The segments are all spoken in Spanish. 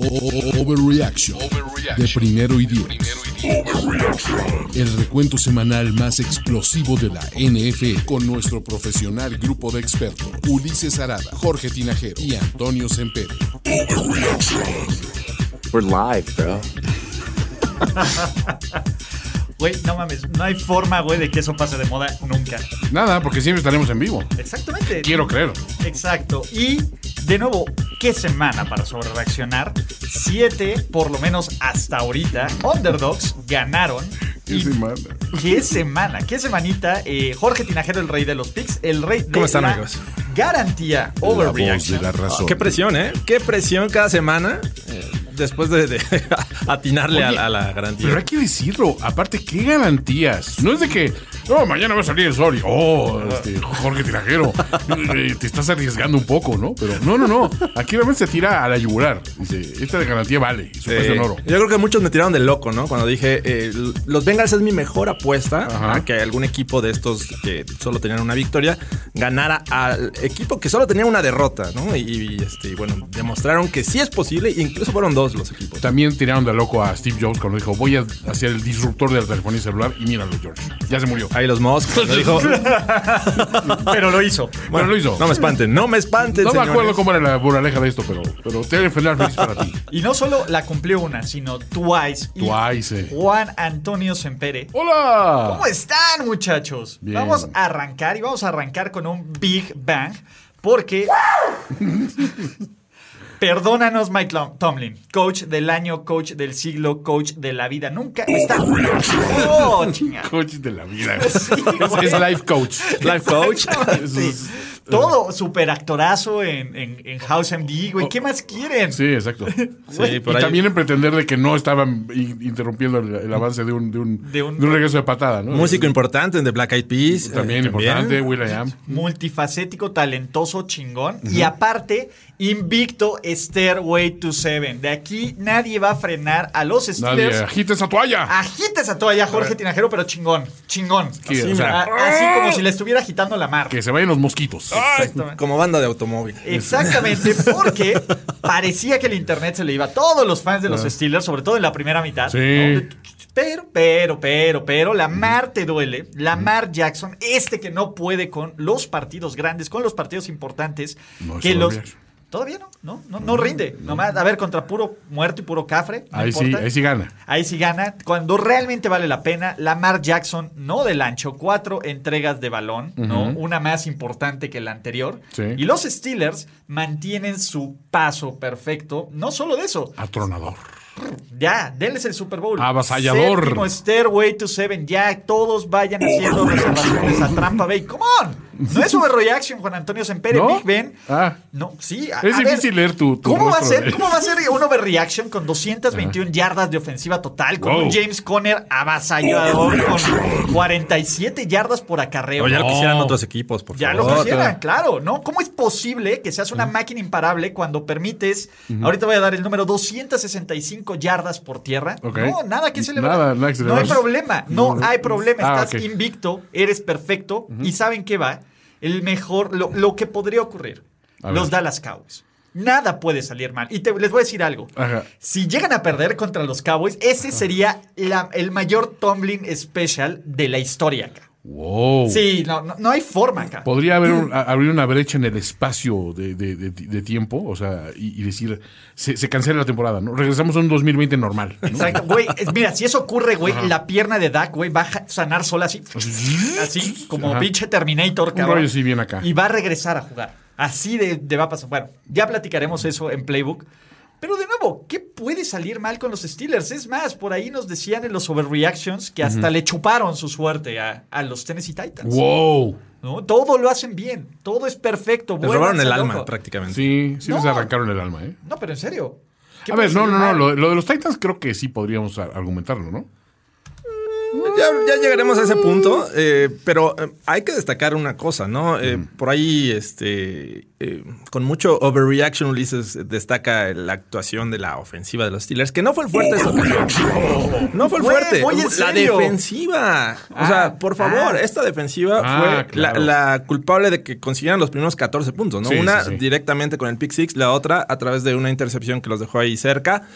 O- o- Overreaction de primero y diez. El recuento semanal más explosivo de la NFL con nuestro profesional grupo de expertos Ulises Arada, Jorge Tinajero y Antonio Sempere. We're live, bro. Güey, no mames, no hay forma, güey, de que eso pase de moda nunca. Nada, porque siempre estaremos en vivo. Exactamente. Quiero creer. Exacto. Y, de nuevo, ¿qué semana para sobrereaccionar? Siete, por lo menos hasta ahorita, Underdogs ganaron. Y- ¿Qué semana? ¿Qué semanita? Eh, Jorge Tinajero, el rey de los picks, el rey de ¿Cómo están, la amigos? garantía overreaction. Ah, razón. Qué presión, ¿eh? Qué presión cada semana eh, después de, de atinarle a, la- a la garantía. Pero hay que decirlo. Aparte, qué garantías. No es de que, no, mañana va a salir el Sorry. Oh, este, Jorge Tirajero. eh, Te estás arriesgando un poco, ¿no? Pero no, no, no. Aquí realmente se tira a la yugular. Dice, esta de garantía vale. Su precio en Eh, pues oro. Yo creo que muchos me tiraron de loco, ¿no? Cuando dije, eh, los Bengals es mi mejor apuesta Ajá. a que algún equipo de estos que solo tenían una victoria ganara al equipo que solo tenía una derrota, ¿no? Y, y, este, bueno, demostraron que sí es posible, incluso fueron dos los equipos. También tiraron de loco a Steve Jobs cuando dijo, voy a hacer el disruptor de la telefonía celular y míralo, George. Ya se murió. Ahí los Musk cuando dijo, Pero lo hizo. Bueno, lo hizo. no me espanten, no me espanten, No me señores". acuerdo cómo era la moraleja de esto, pero, pero te haré feliz feliz para ti. Y no solo la cumplió una, sino twice. Y Twice, eh. Juan Antonio Sempere. ¡Hola! ¿Cómo están, muchachos? Bien. Vamos a arrancar y vamos a arrancar con un Big Bang porque. Perdónanos, Mike Tom- Tomlin, coach del año, coach del siglo, coach de la vida. Nunca está. ¡Oh, chingada! Coach de la vida. güey. es, es life coach. Life coach. Eso es- Todo superactorazo en, en, en House MD, güey. ¿Qué más quieren? Sí, exacto. Sí, por y ahí. también en pretender de que no estaban in- interrumpiendo el, el avance de un, de, un, De un- de un regreso de patada, ¿no? Músico importante en The Black Eyed Peas. También eh, importante, Will I Am. multifacético, talentoso, chingón. Y aparte, invicto Stairway to Seven. De aquí nadie va a frenar a los Nadie Steelers. agita esa Ah. toalla. Agita esa toalla, Jorge Tinajero, pero chingón, chingón. Sí, así, o sea- a- así como si le estuviera agitando la mar. Que se vayan los mosquitos. Ah, Como banda de automóvil. Exactamente, porque parecía que el internet se le iba a todos los fans de los Steelers, sobre todo en la primera mitad. Ah. Sí. ¿no? Pero, pero, pero, pero, la mar te duele. La mar Jackson, este que no puede con los partidos grandes, con los partidos importantes, No, que eso los. todavía. Todavía no, no, no, no rinde. Nomás, a ver, contra puro muerto y puro cafre. no ahí sí, importa. ahí sí gana. Ahí sí gana. Cuando realmente vale la pena, Lamar Jackson no del ancho. Cuatro entregas de balón, ¿no? Una más importante que la anterior. Sí. Y los Steelers mantienen su paso perfecto. No solo de eso, Atronador. ya, denles el Super Bowl. Avasallador. Séptimo Stairway to Seven. Ya, todos vayan haciendo Oh, reservaciones a Trampa Bay. ¡Come on! No es overreaction, Juan Antonio Sempere, ¿No? Big Ben. Ah. No, sí. a- Es a difícil leer tu- tu ¿cómo, va a rostro eh. ser, de- ¿Cómo va a ser un overreaction con 221 yardas de ofensiva total? Con Wow. un James Conner avasallador con 47 yardas por acarreo. O ya lo No. quisieran otros equipos, por Ya lo favor. quisieran, claro, ¿no? ¿Cómo es posible que seas una Mm. máquina imparable cuando permites, ahorita voy a dar el número, 265 yardas por tierra? Ok. No, nada que celebrar. Nada, nada que no celebrar. hay problema, no, No. hay problema. Ah, Estás ok. invicto, eres perfecto y ¿saben qué va? El mejor, lo, lo que podría ocurrir, A los ver. Dallas Cowboys. Nada puede salir mal. Y te, les voy a decir algo. Ajá. Si llegan a perder contra los Cowboys, ese sería la- el mayor tumbling special de la historia acá. Wow. Sí, no, no, no hay forma acá. Podría haber un- a- abrir una brecha en el espacio de, de- de- de tiempo, o sea, y, y decir, se, se cancela la temporada, ¿no? Regresamos a un 2020 normal. ¿no? Exacto, güey. Es- Mira, si eso ocurre, güey, la pierna de Dak, güey, va a ja- sanar sola así. Así, como Ajá. pinche Terminator, cabrón. rollo así bien acá. Y va a regresar a jugar. Así de, de va a pasar. Bueno, ya platicaremos eso en Playbook. Pero de nuevo, ¿qué puede salir mal con los Steelers? Es más, por ahí nos decían en los overreactions que hasta le chuparon su suerte a, a los Tennessee Titans. Wow. ¿no? Todo lo hacen bien, todo es perfecto. Les vuélvanse robaron el loco. alma prácticamente. Sí, sí les No. arrancaron el alma, ¿eh? No, pero en serio. A ver, no, no, no. Lo, lo de los Titans creo que sí podríamos a- argumentarlo, ¿no? Ya, ya llegaremos a ese punto, eh, pero eh, hay que destacar una cosa, ¿no? Mm. Eh, Por ahí, este, eh, con mucho overreaction, Ulises eh, destaca la actuación de la ofensiva de los Steelers, que no fue el fuerte. esta ocasión. No fue el Güey, fuerte. voy en la serio. Ah, defensiva. o sea, por favor, esta defensiva Ah, fue claro. la, la culpable de que consiguieran los primeros 14 puntos, ¿no? Sí, una sí, sí. directamente con el pick six, la otra a través de una intercepción que los dejó ahí cerca.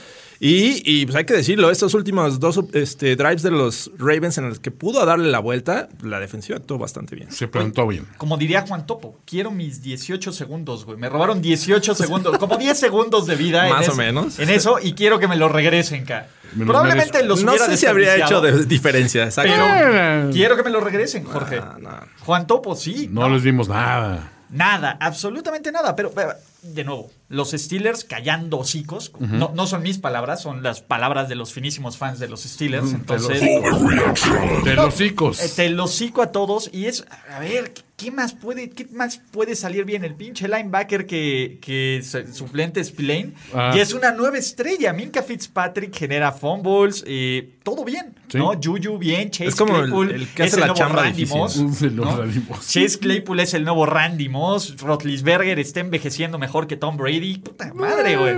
Y, y, pues hay que decirlo, estos últimos dos este, drives de los Ravens en los que pudo darle la vuelta, la defensiva actuó bastante bien. Se plantó bien. Como diría Juan Topo, quiero mis 18 segundos, güey. Me robaron 18 segundos, como 10 segundos de vida. en Más o es- menos. En eso, y quiero que me lo regresen, ca. Me los Probablemente merezco. los no hubiera sé si habría hecho desperdiciado, de- diferencia, exacto. Pero quiero que me lo regresen, Jorge. Ah, no. Juan Topo, sí. No les dimos nada. Nada, absolutamente nada. Pero, pero, de nuevo, los Steelers callando hocicos. no, no son mis palabras, son las palabras de los finísimos fans Mm, de los Steelers. Entonces, De los chicos. eh, te lo hocico a todos. Y es, a ver, ¿qué- ¿qué más puede, qué más puede salir bien? El pinche linebacker que, que se- suplente es Plane. Ah. Y es una nueva estrella. Minka Fitzpatrick genera fumbles. eh, todo bien, Sí. ¿no? Juju bien, Chase Es como el- Claypool el que es hace la nuevo chamba Randy difícil. Moss, Se lo ¿no? salimos. Chase Claypool es el nuevo Randy Moss. Rotlisberger está envejeciendo mejor que Tom Brady. Puta madre, güey.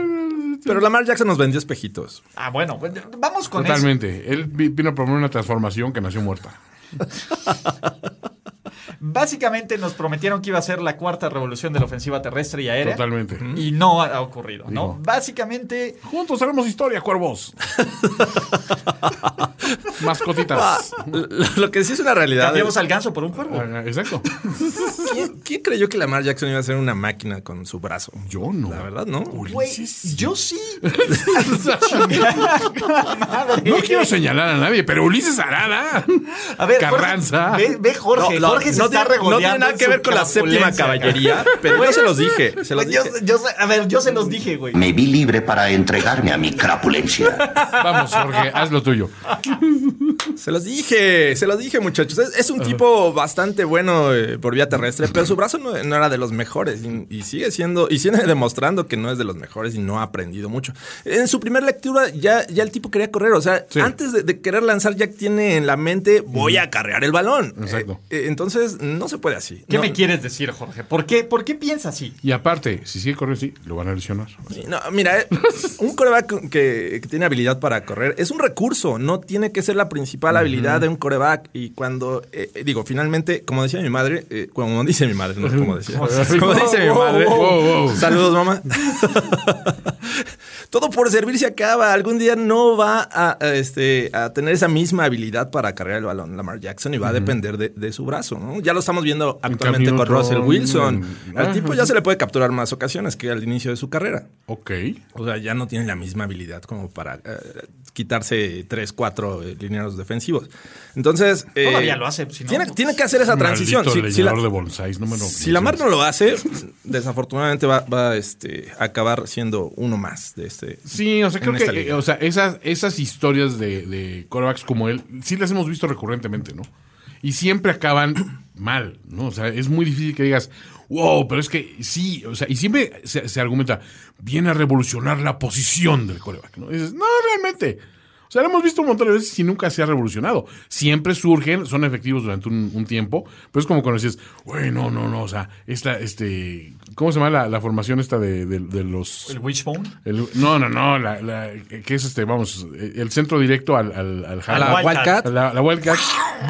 Pero Lamar Jackson nos vendió espejitos. Ah, bueno, pues, vamos con eso. Totalmente. Él vi- vino a promover una transformación que nació muerta. Básicamente nos prometieron que iba a ser la cuarta revolución de la ofensiva terrestre y aérea. Totalmente. Y no ha ha ocurrido, ¿no? Digo. Básicamente, Juntos haremos historia, cuervos. Mascotitas. Lo que sí es una realidad. cambiamos al ganso por un cuervo. Ah, Exacto. ¿Quién, quién creyó que Lamar Jackson iba a ser una máquina con su brazo? Yo no. La verdad, ¿no? Güey, yo sí. Madre. No quiero señalar a nadie, pero Ulises Arada. A ver, Jorge, Carranza. ve, ve Jorge. No, no, Jorge se no está tiene, no regodeando tiene nada en que su ver con la séptima corpulencia, caballería, cara. pero yo se los dije. Se los Yo- dije. yo se- a ver, yo se los dije, güey. Me vi libre para entregarme a mi crapulencia. Vamos, Jorge, haz lo tuyo. Se los dije, se los dije, muchachos. Es, es un tipo bastante bueno eh, por vía terrestre, pero su brazo no, no era de los mejores y, y sigue siendo, y sigue demostrando que no es de los mejores y no ha aprendido mucho. En su primera lectura ya, ya el tipo quería correr, o sea, Sí. antes de, de querer lanzar ya tiene en la mente, voy a carrear el balón. Exacto. Eh, eh, entonces, no se puede así. ¿Qué No, me quieres decir, Jorge? ¿Por qué, ¿Por qué piensas así? Y aparte, si sigue corriendo, sí, lo van a lesionar. Sí, No, mira, eh, un coreback que, que tiene habilidad para correr es un recurso, no tiene que ser la principal habilidad de un coreback. Y cuando, eh, eh, digo, finalmente, como decía mi madre, eh, como dice mi madre, no como decía, como dice mi madre, Wow, wow, wow. saludos mamá. Todo por servir se acaba. Algún día no va a, a, este, a tener esa misma habilidad para cargar el balón Lamar Jackson y va a depender de, de su brazo, ¿no? Ya lo estamos viendo actualmente cambio, otro- con Russell Wilson. Al Ajá. tipo ya se le puede capturar más ocasiones que al inicio de su carrera. Ok. O sea, ya no tienen la misma habilidad como para eh, quitarse tres, cuatro eh, lineros defensivos. Entonces. eh, Todavía lo hace, si no, pues, tiene, no. tiene que hacer esa transición. Maldito Si, si la, leñador de bonsais, no me lo si Lamar no lo hace, desafortunadamente va, va este, a acabar siendo uno más de este. Sí, o sea, en creo esta que eh, liga. o sea, esas, esas historias de, de quarterbacks como él, sí las hemos visto recurrentemente, ¿no? Y siempre acaban mal, ¿no? O sea, es muy difícil que digas, wow, pero es que sí, o sea, y siempre se, se argumenta, viene a revolucionar la posición del quarterback, ¿no? Y dices, no, realmente. O sea, lo hemos visto un montón de veces y nunca se ha revolucionado. Siempre surgen, son efectivos durante un, un tiempo, pero es como cuando dices, güey, no, no, no, o sea, esta, este, ¿cómo se llama la, la formación esta de, de- de los... ¿El Wishbone? El- no, no, no, la, la- que es este, vamos, el centro directo al, al, al A jala. la Wildcat. Wildcat. La, la Wildcat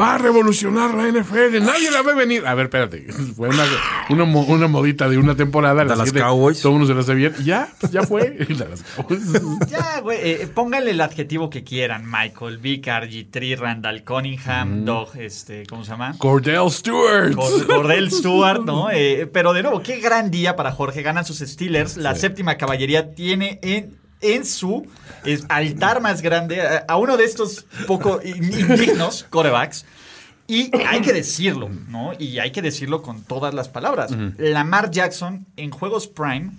va a revolucionar la NFL. Nadie la ve venir. A ver, espérate. Fue una, una, mo- una modita de una temporada. la Dallas siguiente, Cowboys. Todo el mundo se la hace bien. Y Ya, pues, ya fue. Dallas Cowboys. Ya, güey, eh, pónganle el adjetivo que quieran. Michael Vick, RG3, Randall Cunningham, Mm. Dog, este, ¿cómo se llama? Cordell Stewart. Cor- Cordell Stewart, ¿no? Eh, pero de nuevo, qué gran día para Jorge. Ganan sus Steelers. La séptima caballería tiene en, en su es, altar más grande a, a uno de estos poco in- indignos corebacks. Y hay que decirlo, ¿no? Y hay que decirlo con todas las palabras. Lamar Jackson en Juegos Prime,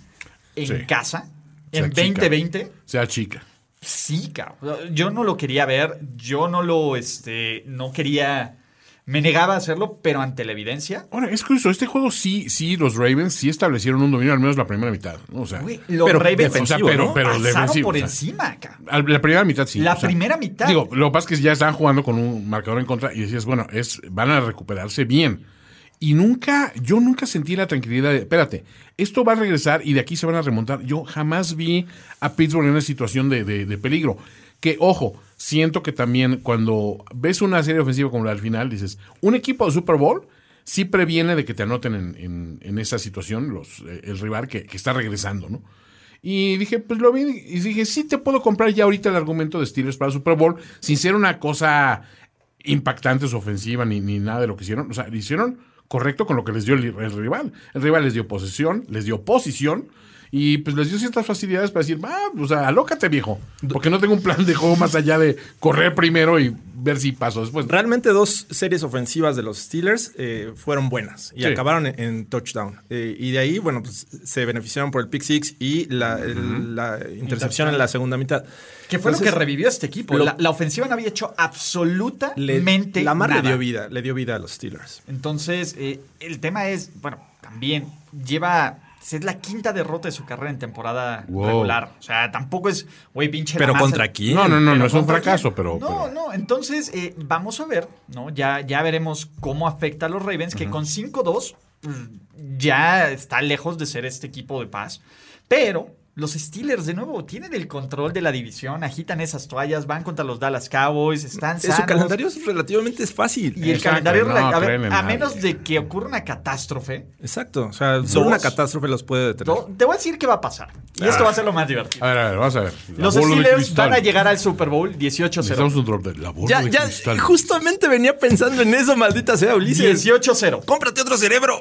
en Sí. casa, Se en achica. 2020. Sea chica. Sí, cabrón. Yo no lo quería ver. Yo no lo, este, no quería. Me negaba a hacerlo, pero ante la evidencia. Ahora, es curioso, este juego sí, sí, los Ravens sí establecieron un dominio, al menos la primera mitad. ¿no? O sea, Güey, los Pero Ravens o defensivo, sea, pero, ¿no? pero pasaron defensivo, por o sea, encima, ca. al- la primera mitad sí. La o sea, primera mitad. Digo, lo que pasa es que ya estaban jugando con un marcador en contra y decías, bueno, es, van a recuperarse bien. Y nunca, yo nunca sentí la tranquilidad de, espérate, esto va a regresar y de aquí se van a remontar. Yo jamás vi a Pittsburgh en una situación de, de- de peligro. Que, ojo, siento que también cuando ves una serie ofensiva como la del final, dices, un equipo de Super Bowl sí previene de que te anoten en, en- en esa situación los, eh, el rival que, que está regresando, ¿no? Y dije, pues lo vi y dije, sí te puedo comprar ya ahorita el argumento de Steelers para Super Bowl sin ser una cosa impactante su ofensiva ni, ni nada de lo que hicieron. O sea, lo hicieron correcto con lo que les dio el, el rival. El rival les dio posesión, les dio posición y pues les dio ciertas facilidades para decir, ah, o sea, alócate viejo, porque no tengo un plan de juego más allá de correr primero y ver si paso después. Realmente dos series ofensivas de los Steelers eh, fueron buenas y Sí. acabaron en, en touchdown. Eh, y de ahí, bueno, pues se beneficiaron por el pick six y la, el- la intercepción en la segunda mitad. Que fue lo Entonces, que revivió este equipo. lo- la, la ofensiva no había hecho le- absolutamente la mar nada. le dio vida, le dio vida a los Steelers. Entonces, eh, el tema es, bueno, también lleva. Es la quinta derrota de su carrera en temporada Wow. regular. O sea, tampoco es, güey, pinche. Pero la masa. contra quién? No, no, no, Pero no es un contra fracaso, quién. pero... No, pero- no, entonces eh, vamos a ver, ¿no? Ya, ya veremos cómo afecta a los Ravens, que con 5-2 mm, ya está lejos de ser este equipo de paz. Pero los Steelers, de nuevo, tienen el control de la división, agitan esas toallas, van contra los Dallas Cowboys, están Eh, sanos. Su calendario es relativamente es fácil. Y el Exacto, calendario, no, a, ver, créele, a nadie. menos de que ocurra una catástrofe, Exacto. O sea, solo Dos. una catástrofe los puede detener. to- te voy a decir qué va a pasar. Y esto va a ser lo más divertido. A ver, a ver, vamos a ver. Ah. La Los bola de Steelers cristal. van a llegar al Super Bowl 18-0. Necesitamos un drop de la bola Ya, de ya, cristal. justamente venía pensando en eso, maldita sea Ulises. 18-0. ¡Cómprate otro cerebro!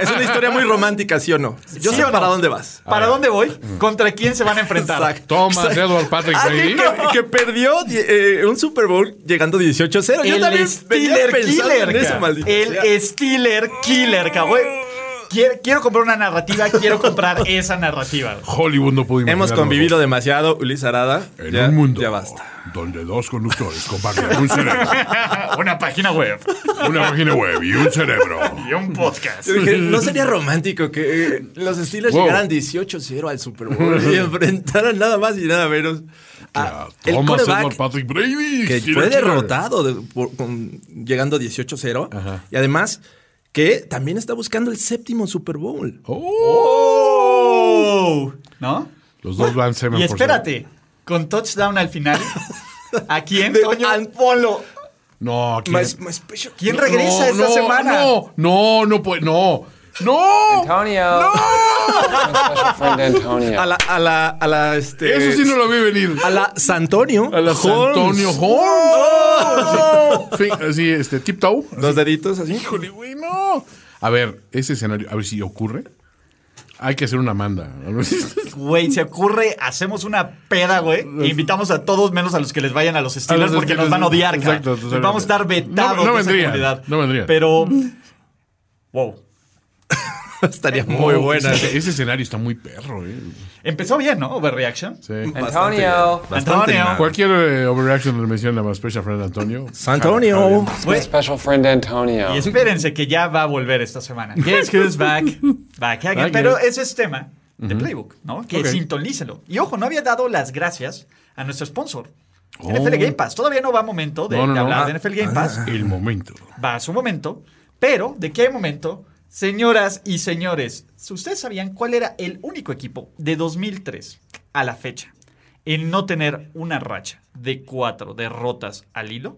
es una historia muy romántica, ¿sí o no? Yo ¿Sí sé o no? para dónde vas. ¿Para dónde voy? ¿Contra quién se van a enfrentar? Exacto. Thomas Edward Patrick Brady. Alguien Ah, que, que perdió die- eh, un Super Bowl llegando 18-0. Yo El también venía Steeler pensando Killer. en eso, ca. maldita el sea. Steeler Killer, cabrón. Quiero, quiero comprar una narrativa, quiero comprar esa narrativa. güey. Hollywood no pudo Hemos imaginarlo. convivido demasiado, Ulises Arada. En ya, un mundo Ya basta. donde dos conductores comparten un cerebro, Una página web una página web y un cerebro. y un podcast. Yo dije, no sería romántico que eh, los Steelers Wow. llegaran 18-0 al Super Bowl y enfrentaran nada más y nada menos a el Thomas quarterback Ah, Edward Patrick Brady. Steeler que fue Killer. derrotado de- por- con- llegando 18-0 y además que también está buscando el séptimo Super Bowl. Oh. ¿No? Los dos van semen Y por espérate, con touchdown al final. ¿A quién, De- Toño? al Polo. semen. No, ¿quién, My- my special- ¿Quién regresa no, esta no, semana? No, no, no puede, no. ¡No! Antonio. Friend Antonio. A la, a la, a la, este, Eso sí no lo vi venir. A la Santonio. A la Holmes. Antonio Holmes. Sí, así, este, tiptoe. ¡Oh! Dos deditos así. Híjole, güey, no. A ver, ese escenario, a ver si ocurre. Hay que hacer una manda. Güey, se ocurre, hacemos una peda, güey. E invitamos a todos menos a los que les vayan a los Steelers los porque Steelers, nos van a odiar, cabrón. exacto, totalmente. Vamos a estar vetados No- no de esa vendría, comunidad. no vendría. Pero. Wow. Estaría muy Oh, buena. Ese, ese escenario está muy perro, eh. Empezó bien, ¿no? Overreaction. Sí. Antonio. Bastante Antonio. mal. Cualquier eh, overreaction le menciona a Special Friend Antonio. Santonio. My Güey, special friend Antonio. y espérense que ya va a volver esta semana. Guess who's back? Back again. Back Pero again. ese es tema de Playbook, ¿no? Que Ok. sintonícelo. Y ojo, no había dado las gracias a nuestro sponsor. Oh. NFL Game Pass. Todavía no va momento de, No, no, de no. hablar Ah. de NFL Game Pass. El momento. va a su momento, pero ¿de qué momento? Señoras y señores, ¿ustedes sabían cuál era el único equipo de 2003 a la fecha en no tener una racha de cuatro derrotas al hilo?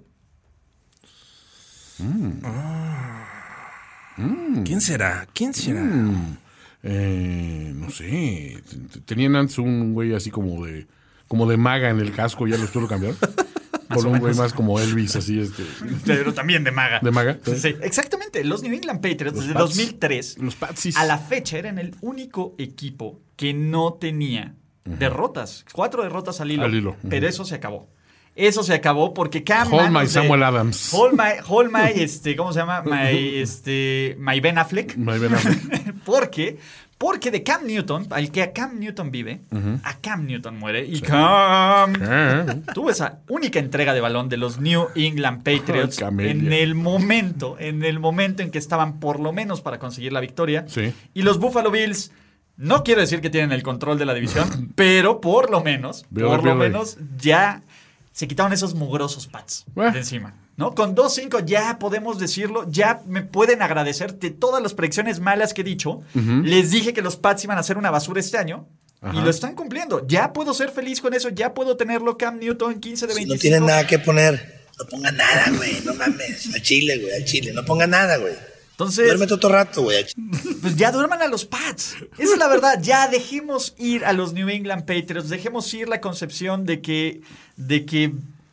¿Quién será? ¿Quién será? Eh, no sé. T- Tenían antes un güey así como de como de maga en el casco, ya lo estuvo cambiar. Por un güey más como Elvis, así este. Pero también de maga. ¿De maga? Sí, exactamente. Los New England Patriots desde Pats. 2003 Los Patsis. a la fecha eran el único equipo que no tenía derrotas, cuatro derrotas al hilo. Al hilo, ujú. Pero eso se acabó. Eso se acabó porque Cam. Hold manos my Samuel Adams. Hold my, hold my, este, ¿cómo se llama? My, este, my Ben Affleck. My Ben porque, porque de Cam Newton, al que a Cam Newton vive, a Cam Newton muere. Y Cam Eh, tuvo esa única entrega de balón de los New England Patriots Ay, camello. en el momento, en el momento en que estaban por lo menos para conseguir la victoria. Sí. Y los Buffalo Bills, no quiero decir que tienen el control de la división, pero por lo menos, Veo, por veo lo ahí. menos ya se quitaron esos mugrosos pads Bueno. de encima. ¿No? Con 2-5 ya podemos decirlo, ya me pueden agradecer de todas las predicciones malas que he dicho. Les dije que los Pats iban a ser una basura este año y lo están cumpliendo. Ya puedo ser feliz con eso, ya puedo tenerlo Cam Newton 15 de Si 25. no tienen nada que poner, no pongan nada, güey. No mames. A Chile, güey. A Chile. No pongan nada, güey. Entonces, Duerme todo rato, güey. a Chile. pues ya duerman a los Pats. Esa es la verdad. Ya dejemos ir a los New England Patriots. Dejemos ir la concepción de que, de que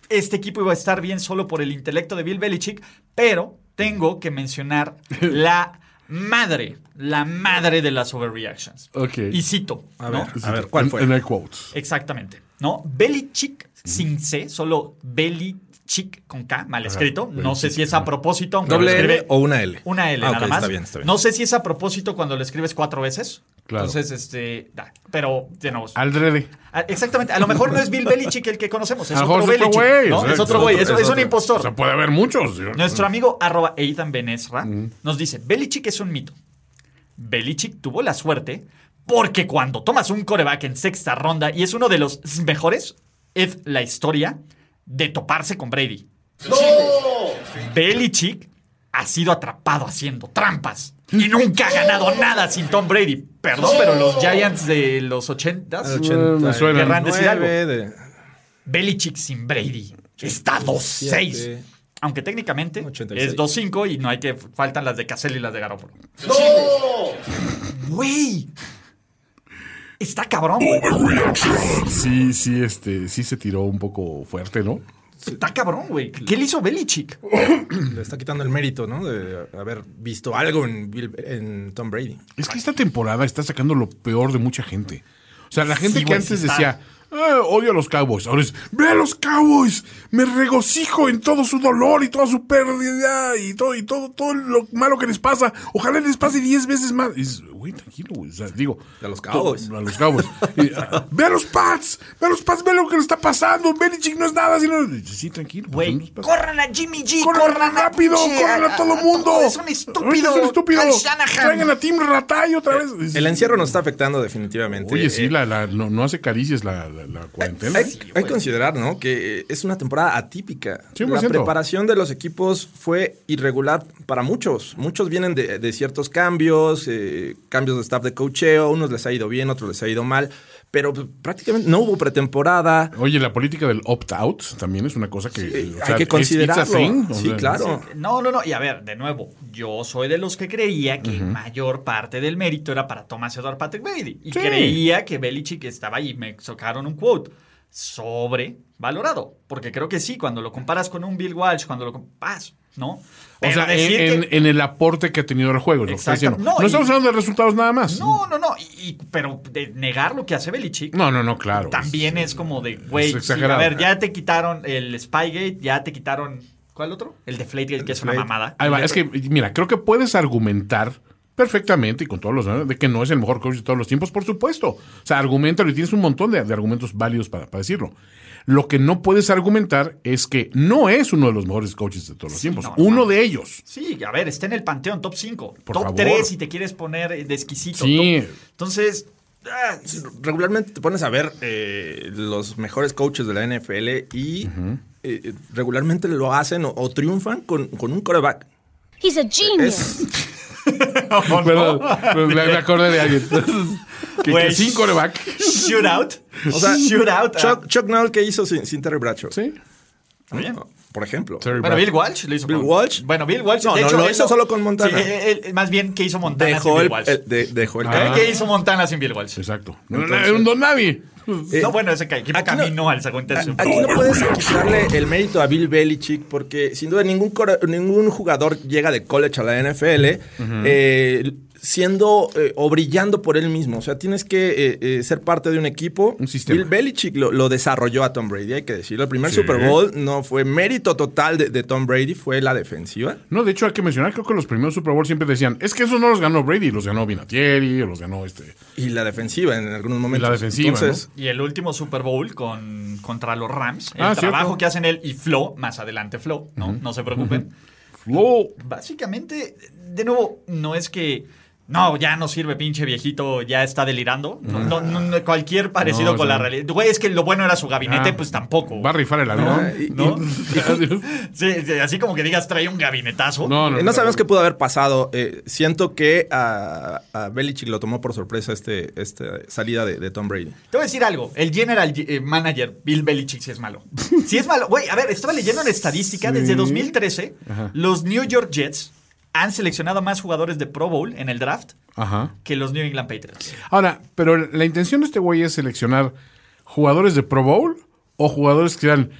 este equipo iba a estar bien solo por el intelecto de Bill Belichick. Pero tengo que mencionar la madre, la madre de las overreactions. Ok. Y cito. A ¿no? ver, a ver, ¿cuál fue? En, en el quotes. Exactamente. ¿No? Belichick sin C, solo Belichick con K, mal escrito. No sé si es a propósito. aunque lo ¿Doble escribe- L o una L? Una L, Ah, nada ok, más. Está bien, está bien. No sé si es a propósito cuando lo escribes cuatro veces. Claro. Entonces, este. da, pero, de nuevo. Aldrede. a- exactamente. A lo mejor no es Bill Belichick el que conocemos. Es A lo mejor otro es otro Belichick. güey, ¿no? exacto. Es otro güey. Es Es, otro, es un es O impostor. sea, puede haber muchos. Dios. Nuestro amigo arroba Eitan Benesra nos dice: Belichick es un mito. Belichick tuvo la suerte porque cuando tomas un coreback en sexta ronda y es uno de los mejores, es la historia de toparse con Brady. Belichick ha sido atrapado haciendo trampas. Y nunca ha ganado nada sin Tom Brady. Perdón, pero los Giants de los 80 Ah, Eh, me suena. Querrán decir algo. 9 de Belichick sin Brady. Está 2-6. Aunque técnicamente 86. es 2-5 y no hay que. Faltan las de Cassell y las de Garoppolo. ¡No! ¡Güey! Está cabrón, güey. Sí, sí, este, sí se tiró un poco fuerte, ¿no? Está cabrón, güey. ¿Qué le hizo Belichick? Le está quitando el mérito, ¿no? De haber visto algo en, Bill- en Tom Brady. Es que esta temporada está sacando lo peor de mucha gente. O sea, la gente Sí, que güey, antes sí está. decía, "Ah, odio a los Cowboys, ahora es, ve a los Cowboys, me regocijo en todo su dolor y toda su pérdida y todo, y todo, todo lo malo que les pasa. Ojalá les pase 10 veces más. Y dices, güey, tranquilo, güey. O sea, digo, A los Cowboys. to- A los Cowboys. Y, ah, ve a los Pats, ve a los Pats, ve lo que le está pasando. Belichick no es nada, sino. Y dices, Sí, tranquilo. pues, son los Güey, Pats". corran a Jimmy G, ¡Corran a rápido! pinche- ¡Corran a todo mundo! Es un estúpido. ¡Es un estúpido! Kyle Shanahan. ¡Traigan a Tim Ratay otra vez! Eh, El encierro nos está afectando definitivamente. Oye, sí, Eh, la, la- no, no hace caricias la, la- la cuarentena. Hay, hay que considerar, ¿no? Que eh, es una temporada atípica. 100%. La preparación de los equipos fue irregular para muchos. Muchos vienen de, de ciertos cambios, eh, cambios de staff de cocheo. Unos les ha ido bien, otros les ha ido mal. Pero pues, prácticamente no hubo pretemporada. Oye, la política del opt-out también es una cosa que... Eh, o sea, it's- it's hay que a considerarlo. thing, o sí, sea, claro. No, no, no. Y a ver, de nuevo, yo soy de los que creía que mayor parte del mérito era para Thomas Edward Patrick Brady. Y Sí. creía que Belichick estaba ahí. Me sacaron un quote sobrevalorado. Porque creo que sí, cuando lo comparas con un Bill Walsh, cuando lo comparas, ¿no? O Pero sea, decir en, en- que- en el aporte que ha tenido el juego. lo que está Exacto. diciendo. No, No, y- estamos hablando de resultados nada más. No, no, no. Y, y- pero de negar lo que hace Belichick. no, no, no, claro. También es como de, güey, es sí, a exagerado. ver, ya te quitaron el Spygate, ya te quitaron, ¿cuál otro? El de Flategate, que es una Deflate. mamada. Ahí va, es que, mira, creo que puedes argumentar perfectamente y con todos los de que no es el mejor coach de todos los tiempos, por supuesto. O sea, argumentalo y tienes un montón de, de argumentos válidos para, para decirlo. Lo que no puedes argumentar es que no es uno de los mejores coaches de todos los tiempos. no, no uno mames. de ellos. Sí, a ver, está en el panteón, top 5. Por top favor. 3 si te quieres poner eh, de exquisito. Sí. top- Entonces, ah, regularmente te pones a ver eh, los mejores coaches de la NFL y eh, regularmente lo hacen o, o triunfan con, con un coreback. He's a genius. Es, Perdón, pues, me, me acordé de alguien. que, Güey. que sin coreback. shootout. o sea, shootout. ah, Chuck, Chuck Noll, ¿qué hizo sin, sin Terry Bradshaw? Sí. está ah, bien. Por ejemplo. Terry Bueno, Bradshaw. Bill Walsh lo hizo Bill con- Walsh. Bueno, Bill Walsh. No, de no, hecho, lo él hizo solo con Montana. Sí, él- él- más bien, ¿qué hizo Montana sin Dejó Bill el, Walsh? el- Pues, de- dejó el Ah. ¿Qué hizo Montana sin Bill Walsh? Exacto. No, no, era un don nadie. Eh, no, bueno, ese equipo aquí no- caminó al segundo tercio. Aquí no puedes quitarle el mérito a Bill Belichick porque sin duda ningún, core- ningún jugador llega de college a la NFL eh, siendo eh, o brillando por él mismo. O sea, tienes que eh, eh, ser parte de un equipo. Un sistema. Bill Belichick lo, lo desarrolló a Tom Brady, hay que decirlo. El primer Super Bowl no fue mérito total de, de Tom Brady, fue la defensiva. No, de hecho hay que mencionar, creo que los primeros Super Bowl siempre decían, es que esos no los ganó Brady, los ganó Vinatieri, los ganó este. Y la defensiva en algunos momentos. La defensiva, Entonces, Y el último Super Bowl con, contra los Rams. El Ah, trabajo cierto. que hacen él y Flo, más adelante Flo, no, no se preocupen. Flo. Básicamente, de nuevo, no es que. No, ya no sirve, pinche viejito, ya está delirando. No, no, no, cualquier parecido No, con o sea- la realidad. Güey, es que lo bueno era su gabinete, Ah, pues tampoco. Va a rifar Ah, el avión. ¿No? Adiós. Sí, sí, así como que digas, trae un gabinetazo. No, no, eh, no. no sabemos qué pudo haber pasado. Eh, siento que a, a Belichick lo tomó por sorpresa este, esta salida de, de Tom Brady. Te voy a decir algo. El general eh, manager Bill Belichick sí es malo. Sí es malo. Güey, a ver, estaba leyendo una estadística. Desde 2013, los New York Jets han seleccionado más jugadores de Pro Bowl en el draft Ajá. que los New England Patriots. Ahora, pero la intención de este güey es seleccionar jugadores de Pro Bowl o jugadores que dan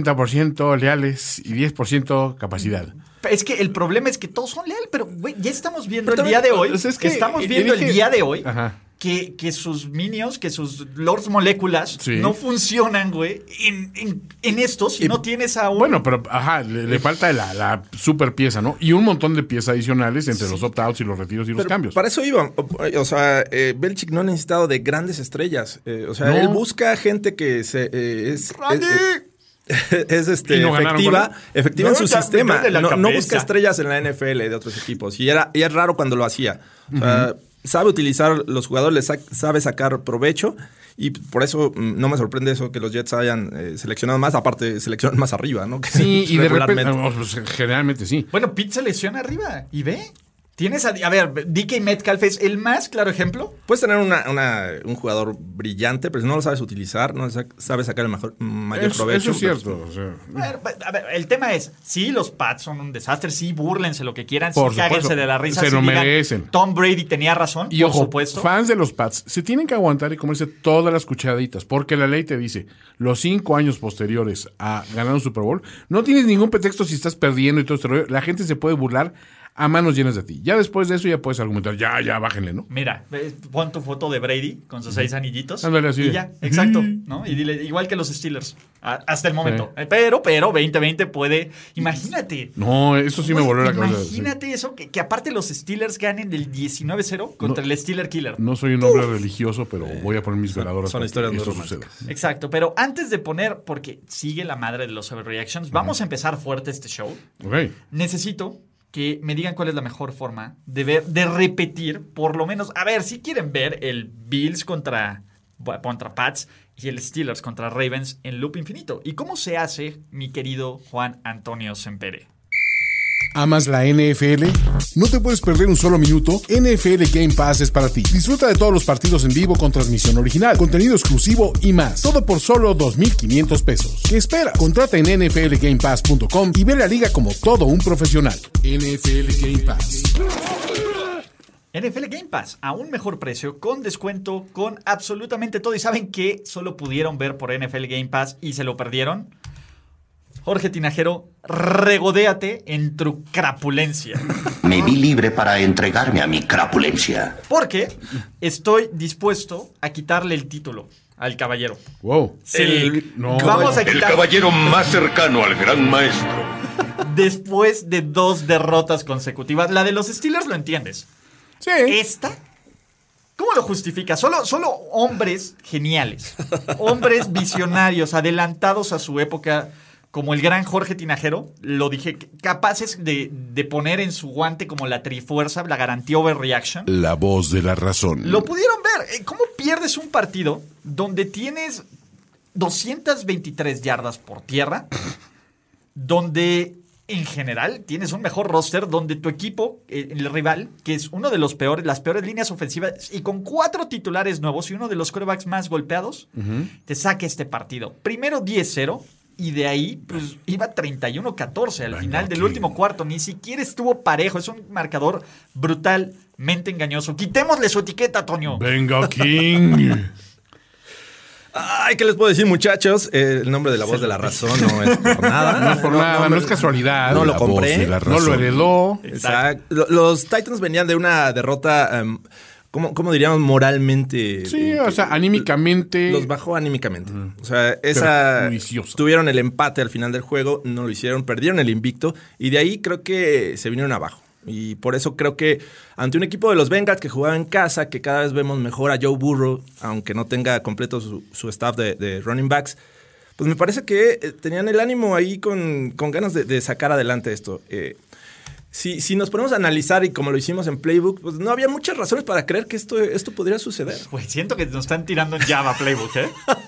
90% leales y 10% capacidad. Es que el problema es que todos son leal, pero güey, ya estamos viendo Pero el día de también, hoy. o sea, es que estamos yo viendo dije- el día de hoy Ajá. que, que sus minions, que sus lords moléculas Sí. no funcionan, güey, en, en, en esto si no tienes a un. Bueno, pero ajá, le, le falta la, la super pieza, ¿no? Y un montón de piezas adicionales entre los opt-outs y los retiros y los Pero cambios. Para eso iba. O, o sea, eh, Belichick no ha necesitado de grandes estrellas. Eh, o sea, No. él busca gente que se, eh, es, ¡Randy! es- es- es, este, Y no ganaron efectiva, goles. efectiva No, en su ya me sistema. duele la No, no cabeza. busca estrellas en la NFL de otros equipos. Y, era, y es raro cuando lo hacía. O sea, sabe utilizar los jugadores, le sac- sabe sacar provecho. Y por eso mm, no me sorprende eso que los Jets hayan eh, seleccionado más. Aparte, seleccionan más arriba, ¿no? Que sí, y de repente. regularmente. no, pues, generalmente sí. Bueno, Pete se lesiona arriba y ve. Tienes a, a ver, DK Metcalf es el más claro ejemplo. Puedes tener una, una- un jugador brillante, pero si no lo sabes utilizar, no sa- sabes sacar el mejor, mayor Eso, provecho. pues, eso es cierto. o sea, A ver, a ver, el tema es, sí, los Pats son un desastre, sí, búrlense lo que quieran, Por sí, cáguense supuesto. de la risa. Se sí lo digan, merecen. Tom Brady tenía razón, y por ojo, supuesto. fans de los Pats se tienen que aguantar y comerse todas las cuchaditas, porque la ley te dice: los cinco años posteriores a ganar un Super Bowl, no tienes ningún pretexto si estás perdiendo y todo este rollo. La gente se puede burlar a manos llenas de ti. Ya después de eso, ya puedes argumentar: ya, ya, bájenle, ¿no? Mira, eh, pon tu foto de Brady con sus seis anillitos. Ándale, así Y de- "Mm". ya, exacto. ¿no? Y dile, igual que los Steelers, a- hasta el momento. Eh, Pero, pero, 2020 puede. Imagínate. No, eso sí me Güey, voló la cabeza. sí. Imagínate eso, que, que aparte los Steelers ganen del 19-0 contra No. el Steeler Killer. No soy un hombre religioso, pero voy a poner mis veladoras. son para que historias esto muy románticas. suceda. Exacto, pero antes de poner, porque sigue la madre de los overreactions, vamos a empezar fuerte este show. Ok. Necesito que me digan cuál es la mejor forma de ver, de repetir, por lo menos, a ver, si quieren ver el Bills contra, contra Pats y el Steelers contra Ravens en loop infinito. ¿Y cómo se hace, mi querido Juan Antonio Sempere? ¿Amas la NFL? No te puedes perder un solo minuto. NFL Game Pass es para ti. Disfruta de todos los partidos en vivo con transmisión original, contenido exclusivo y más. Todo por solo 2.500 pesos. ¿Qué espera? Contrata en nflgamepass.com y ve la liga como todo un profesional. NFL Game Pass. NFL Game Pass a un mejor precio, con descuento, con absolutamente todo. Y saben que solo pudieron ver por NFL Game Pass y se lo perdieron. Jorge Tinajero, regodéate en tu crapulencia. Me vi libre para entregarme a mi crapulencia. Porque estoy dispuesto a quitarle el título al caballero. Wow. Sí. El- no. Vamos a El quitar caballero más cercano al gran maestro. después de dos derrotas consecutivas. La de los Steelers lo entiendes. Sí. ¿Esta? ¿Cómo lo justifica? Solo, solo hombres geniales, hombres visionarios, adelantados a su época, como el gran Jorge Tinajero, lo dije, capaces de, de poner en su guante como la trifuerza, la garantía overreaction. La voz de la razón. Lo pudieron ver. Eh, ¿Cómo pierdes un partido donde tienes 223 yardas por tierra? Donde en general tienes un mejor roster, donde tu equipo, eh, el rival, que es uno de los peores, las peores líneas ofensivas, y con cuatro titulares nuevos y uno de los corebacks más golpeados, te saque este partido. Primero 10-0. Y de ahí, pues iba 31-14 al final del último cuarto. Ni siquiera estuvo parejo. Es un marcador brutalmente engañoso. Quitémosle su etiqueta, Toño. Venga, King. Ay, ¿qué les puedo decir, muchachos? Eh, el nombre de la voz de la razón no es por nada. No es por nada, no es casualidad. No La lo voz compré. de la razón. No lo heredó. Exacto. Lo- Los Titans venían de una derrota, em, ¿cómo, cómo diríamos? Moralmente. Sí, o sea, anímicamente. Los bajó anímicamente. O sea, esa. Viciosa. Tuvieron el empate al final del juego, no lo hicieron, perdieron el invicto y de ahí creo que se vinieron abajo. Y por eso creo que ante un equipo de los Bengals que jugaba en casa, que cada vez vemos mejor a Joe Burrow, aunque no tenga completo su, su staff de, de running backs, pues me parece que eh, tenían el ánimo ahí con, con ganas de, de sacar adelante esto. Eh, si, si nos ponemos a analizar y como lo hicimos en Playbook, pues no había muchas razones para creer que esto, esto podría suceder. Pues siento que nos están tirando un jab a Playbook, ¿eh?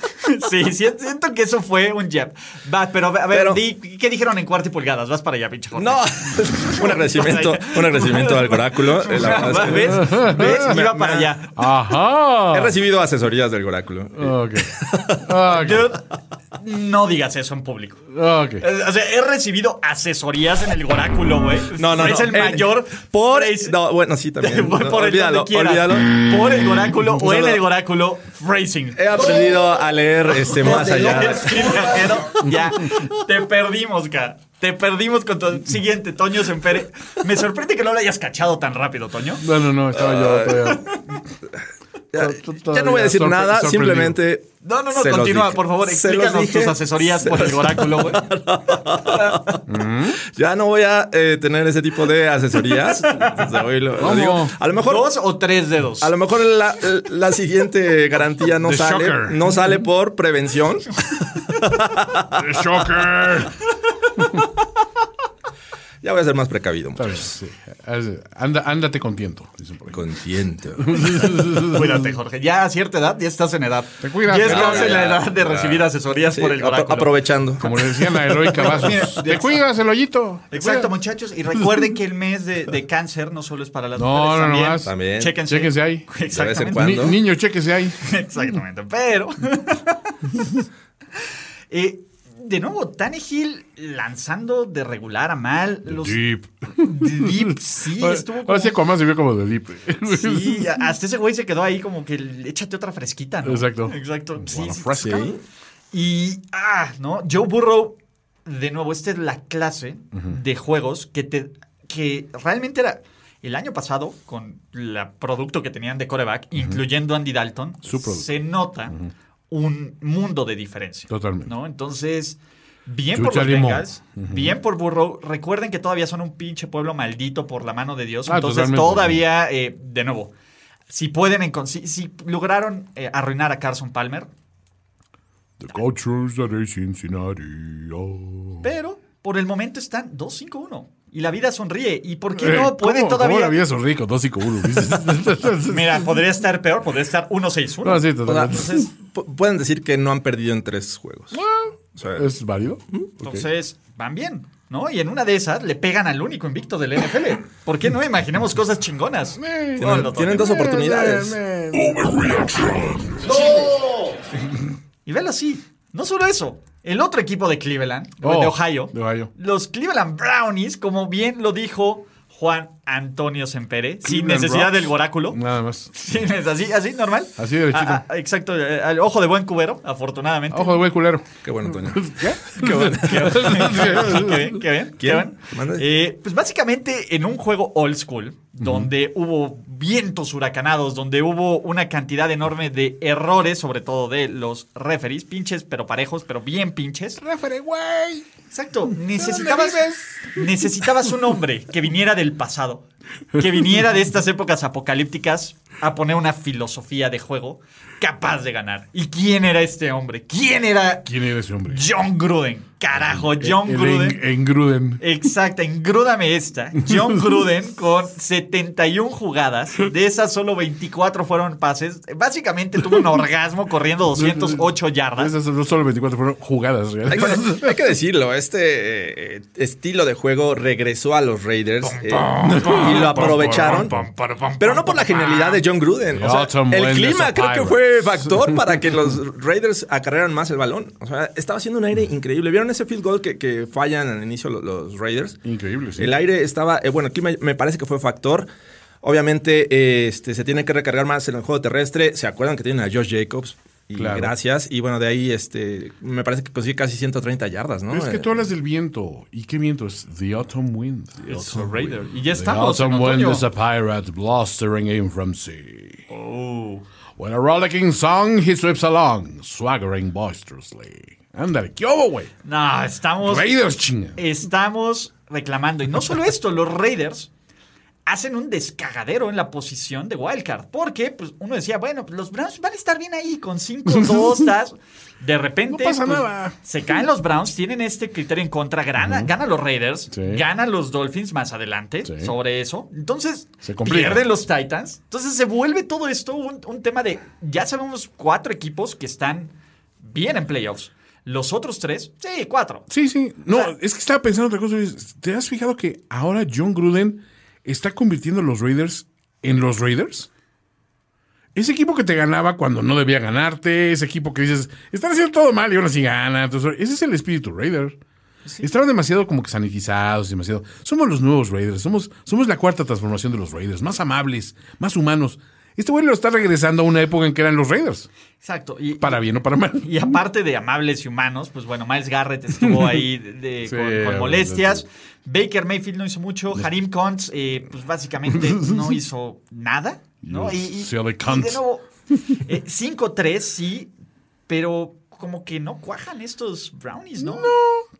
Sí, si- siento que eso fue un jab. Va, pero a ver, Pero- di- ¿qué dijeron en cuarto y pulgadas? Vas para allá, pinche Jorge. No, un agradecimiento, un agradecimiento al oráculo. eh, la verdad es que- ¿Ves? ¿Ves? Me- Iba me- para allá. He Ajá. recibido asesorías del oráculo. Ok. Ok. Dude, no digas eso en público. Ok. Eh, O sea, he recibido asesorías en el oráculo, güey. No, no, Es no. el Eh, mayor. Por phrase- no, bueno, sí también. por No, el olvídalo, donde quiera. olvídalo. Por el oráculo o en Solo- el oráculo, phrasing. He aprendido a leer este más allá. Sí, pero ya, te perdimos, ca. Te perdimos con tu siguiente, Toño Sempere. Me sorprende que no lo hayas cachado tan rápido, Toño. No, no, no, estaba yo todavía. Ya, to- ya todavía no voy a decir sorpre- nada, sorprendido. simplemente. No, no, no, se los continúa, dije. por favor. Se los Explícanos dije. tus asesorías por el oráculo, güey. Ya no voy a eh, tener ese tipo de asesorías. Desde hoy lo- lo ¿Cómo? digo. A lo mejor ¿Dos o tres dedos? A lo mejor la, la siguiente garantía no The sale, shocker. no sale por prevención. The Shocker. Ya voy a ser más precavido. Está bien, sí. Haz- Anda, ándate contento, dicen por ahí. Contiento. Cuídate, Jorge. Ya a cierta edad, ya estás en edad. Te cuidas. Ya Ah, estás ya, en la ya. edad de recibir asesorías por el oráculo. aprovechando. Como le decían a Heroica Vasos. Te cuidas el hoyito. Te Exacto, cuidas. muchachos. Y recuerden que el mes de, de cáncer no solo es para las No, mujeres. no, también. nomás. También. Chéquense. Chéquense ahí. Exactamente. cuando. Ni- niño, chequese ahí. Exactamente, pero. Eh, de nuevo, Tannehill lanzando de regular a mal. Los Deep. deep, sí, Ahora- Pues, estuvo como- Ahora sí, Aquaman se vio como de Deep. Sí, hasta ese güey se quedó ahí como que échate otra fresquita, ¿no? Exacto. Exacto. Sí, Buena sí, frase. cabrón. Y, ah, ¿no? Joe Burrow, de nuevo, esta es la clase de juegos que te que realmente era el año pasado, con el producto que tenían de coreback, incluyendo Andy Dalton, Su producto. se nota un mundo de diferencia. Totalmente. ¿no? Entonces, bien por los Chucha limón. Bengals, bien por Burrow. Recuerden que todavía son un pinche pueblo maldito por la mano de Dios. Ah, Entonces, totalmente. todavía, eh, de nuevo, si pueden, encon- si, si lograron eh, arruinar a Carson Palmer, The cultures that is Cincinnati. oh. pero por el momento están 2-5-1 y la vida sonríe. ¿Y por qué Eh, no pueden ¿cómo- todavía? ¿Cómo la vida sonríe con 251? dices? Mira, podría estar peor, podría estar 1-6-1. No, sí, O sea, totalmente. pu- pueden decir que no han perdido en tres juegos. O sea, ¿Es válido? ¿Mm? Entonces, van bien. ¿No? Y en una de esas le pegan al único invicto del NFL. ¿Por qué no imaginemos cosas chingonas? tienen, Ponlo, tienen Toño. dos oportunidades. Y velo así. No solo eso. El otro equipo de Cleveland, Oh, de Ohio. de Ohio. Los Cleveland Brownies, como bien lo dijo Juan Antonio Sempere, sin Cleveland necesidad Browns. del oráculo. Nada más. Sí, es así, así, normal. Así derechito. Ah, ah, exacto, eh, al ojo de buen cubero, afortunadamente. Ojo de buen culero. Qué bueno, Toño. Qué bueno. qué bien, qué bien. qué ¿Quién? bien. Mande. Eh, pues básicamente en un juego old school, donde hubo vientos huracanados, donde hubo una cantidad enorme de errores, sobre todo de los referees, pinches pero parejos, pero bien pinches. Refere, güey. Exacto, necesitabas, necesitabas un hombre que viniera del pasado, que viniera de estas épocas apocalípticas a poner una filosofía de juego capaz de ganar. ¿Y quién era este hombre? ¿Quién era ¿Quién era ese hombre? John Gruden? Carajo, John El Gruden. En, en Gruden. Exacto, engrúdame esta. John Gruden con 71 jugadas. De esas solo 24 fueron pases. Básicamente tuvo un orgasmo corriendo 208 yardas. Esas no solo 24 fueron jugadas Hay reales. que, hay que decirlo, este eh, estilo de juego regresó a los Raiders eh, y lo aprovecharon. Pero no por la genialidad de John Gruden. O sea, Autumn el Winds clima of creo que Pirates. fue factor para que los Raiders acarrearan más el balón. O sea, estaba haciendo un aire increíble. ¿Vieron ese field goal que, que fallan al inicio lo- los, Raiders? Increíble, sí. El aire estaba. eh, bueno, el clima me parece que fue factor. Obviamente, eh, este, se tiene que recargar más en el juego terrestre. ¿Se acuerdan que tienen a Josh Jacobs? Y Claro. gracias. Y bueno, de ahí este me parece que consigue casi 130 yardas, ¿no? Eh, Es que tú hablas del viento. ¿Y qué viento es? The Autumn Wind. It's a Raider. Y The ya estamos. en autumn wind otoño. is a pirate blustering in from sea. Oh. When a rollicking song he sweeps along, swaggering boisterously. Ándale, ¿qué hubo, güey? No, estamos. Raiders, chinga. Estamos reclamando. Y no solo esto, los Raiders hacen un descagadero en la posición de Wildcard. Porque pues, uno decía, bueno, pues, los Browns van a estar bien ahí con 5-2. tas- de repente No pasa pues, nada. se caen los Browns, tienen este criterio en contra, gana, gana los Raiders, Sí. gana los Dolphins más adelante Sí. sobre eso. Entonces Se complica. pierden los Titans. Entonces se vuelve todo esto un, un tema de, ya sabemos, cuatro equipos que están bien en playoffs. Los otros tres, sí, cuatro. Sí, sí. No, sea- es que estaba pensando otra cosa. ¿Te has fijado que ahora John Gruden está convirtiendo a los Raiders en los Raiders? Ese equipo que te ganaba cuando no debía ganarte, ese equipo que dices, están haciendo todo mal y aún así gana. Entonces, ese es el espíritu Raider. Estaban demasiado como que sanitizados, demasiado. Somos los nuevos Raiders, somos, somos la cuarta transformación de los Raiders, más amables, más humanos. Este güey lo está regresando a una época en que eran los Raiders, Exacto. Y, para bien o para mal. y aparte de amables y humanos, pues bueno, Miles Garrett estuvo ahí de- de- Sí, con, con molestias. Baker Mayfield no hizo mucho. Harim Kuntz, eh, pues básicamente no hizo nada. ¿no? You Y, y- silly y cunt. de nuevo, eh, 5-3, sí, pero como que no cuajan estos brownies, ¿no? No.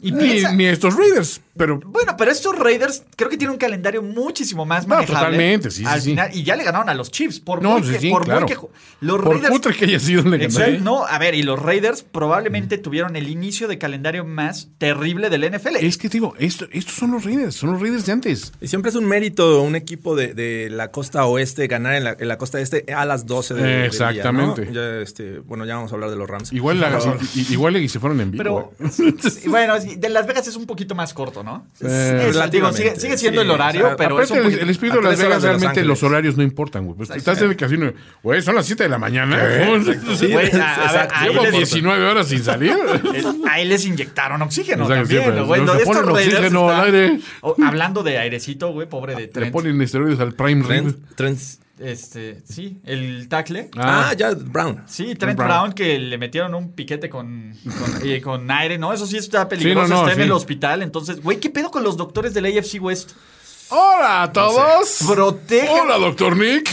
Y Ni, piensa- ni estos Raiders, pero Bueno, pero estos Raiders creo que tienen un calendario muchísimo más No, manejable. totalmente, sí, sí, Al sí. final, y ya le ganaron a los Chiefs. Por No, muy sí, que- sí, por muy claro. que ju- los por Raiders putre que haya sido le ganó. Exacto. No, a ver, y los Raiders probablemente tuvieron el inicio de calendario más terrible del NFL. Es que te digo, esto, estos son los Raiders, son los Raiders de antes. Y siempre es un mérito un equipo de, de la costa oeste ganar en la, en la costa este a las 12 de del día, ¿no? Exactamente. Ya, este, bueno, ya vamos a hablar de los Rams. Igual, la, Pero- i- igual y se fueron en vivo. Pero, güey. sí, bueno, sí, de Las Vegas es un poquito más corto, ¿no? Es- es- digo, relativamente, sigue, sigue siendo sí, el horario, o sea, pero es Aparte, un el, poquito- el espíritu de a Las tres Vegas horas de Los realmente Ángeles. los horarios no importan, güey. Pues, estás en el casino, güey, son las 7 de la mañana. güey. Sí, Güey, a- a ver, exacto. ahí Llevo les- 19 horas sin salir. Ahí les inyectaron oxígeno Exacto, también, siempre. güey. Le No, estos ponen Raiders oxígeno al están- aire. Ah, o- hablando de airecito, güey, pobre de Le Trent. ponen esteroides al Prime Rib. Trent- Trent- Este, sí, el tackle. Ah, ya, Brown. Sí, Trent Brown. Brown. que le metieron un piquete con, con, eh, con aire, ¿no? Eso sí está peligroso, Sí, no, no, está en sí. el hospital. Entonces, güey, ¿qué pedo con los doctores del AFC West? ¡Hola a todos! Protejan, ¡Hola, doctor Nick!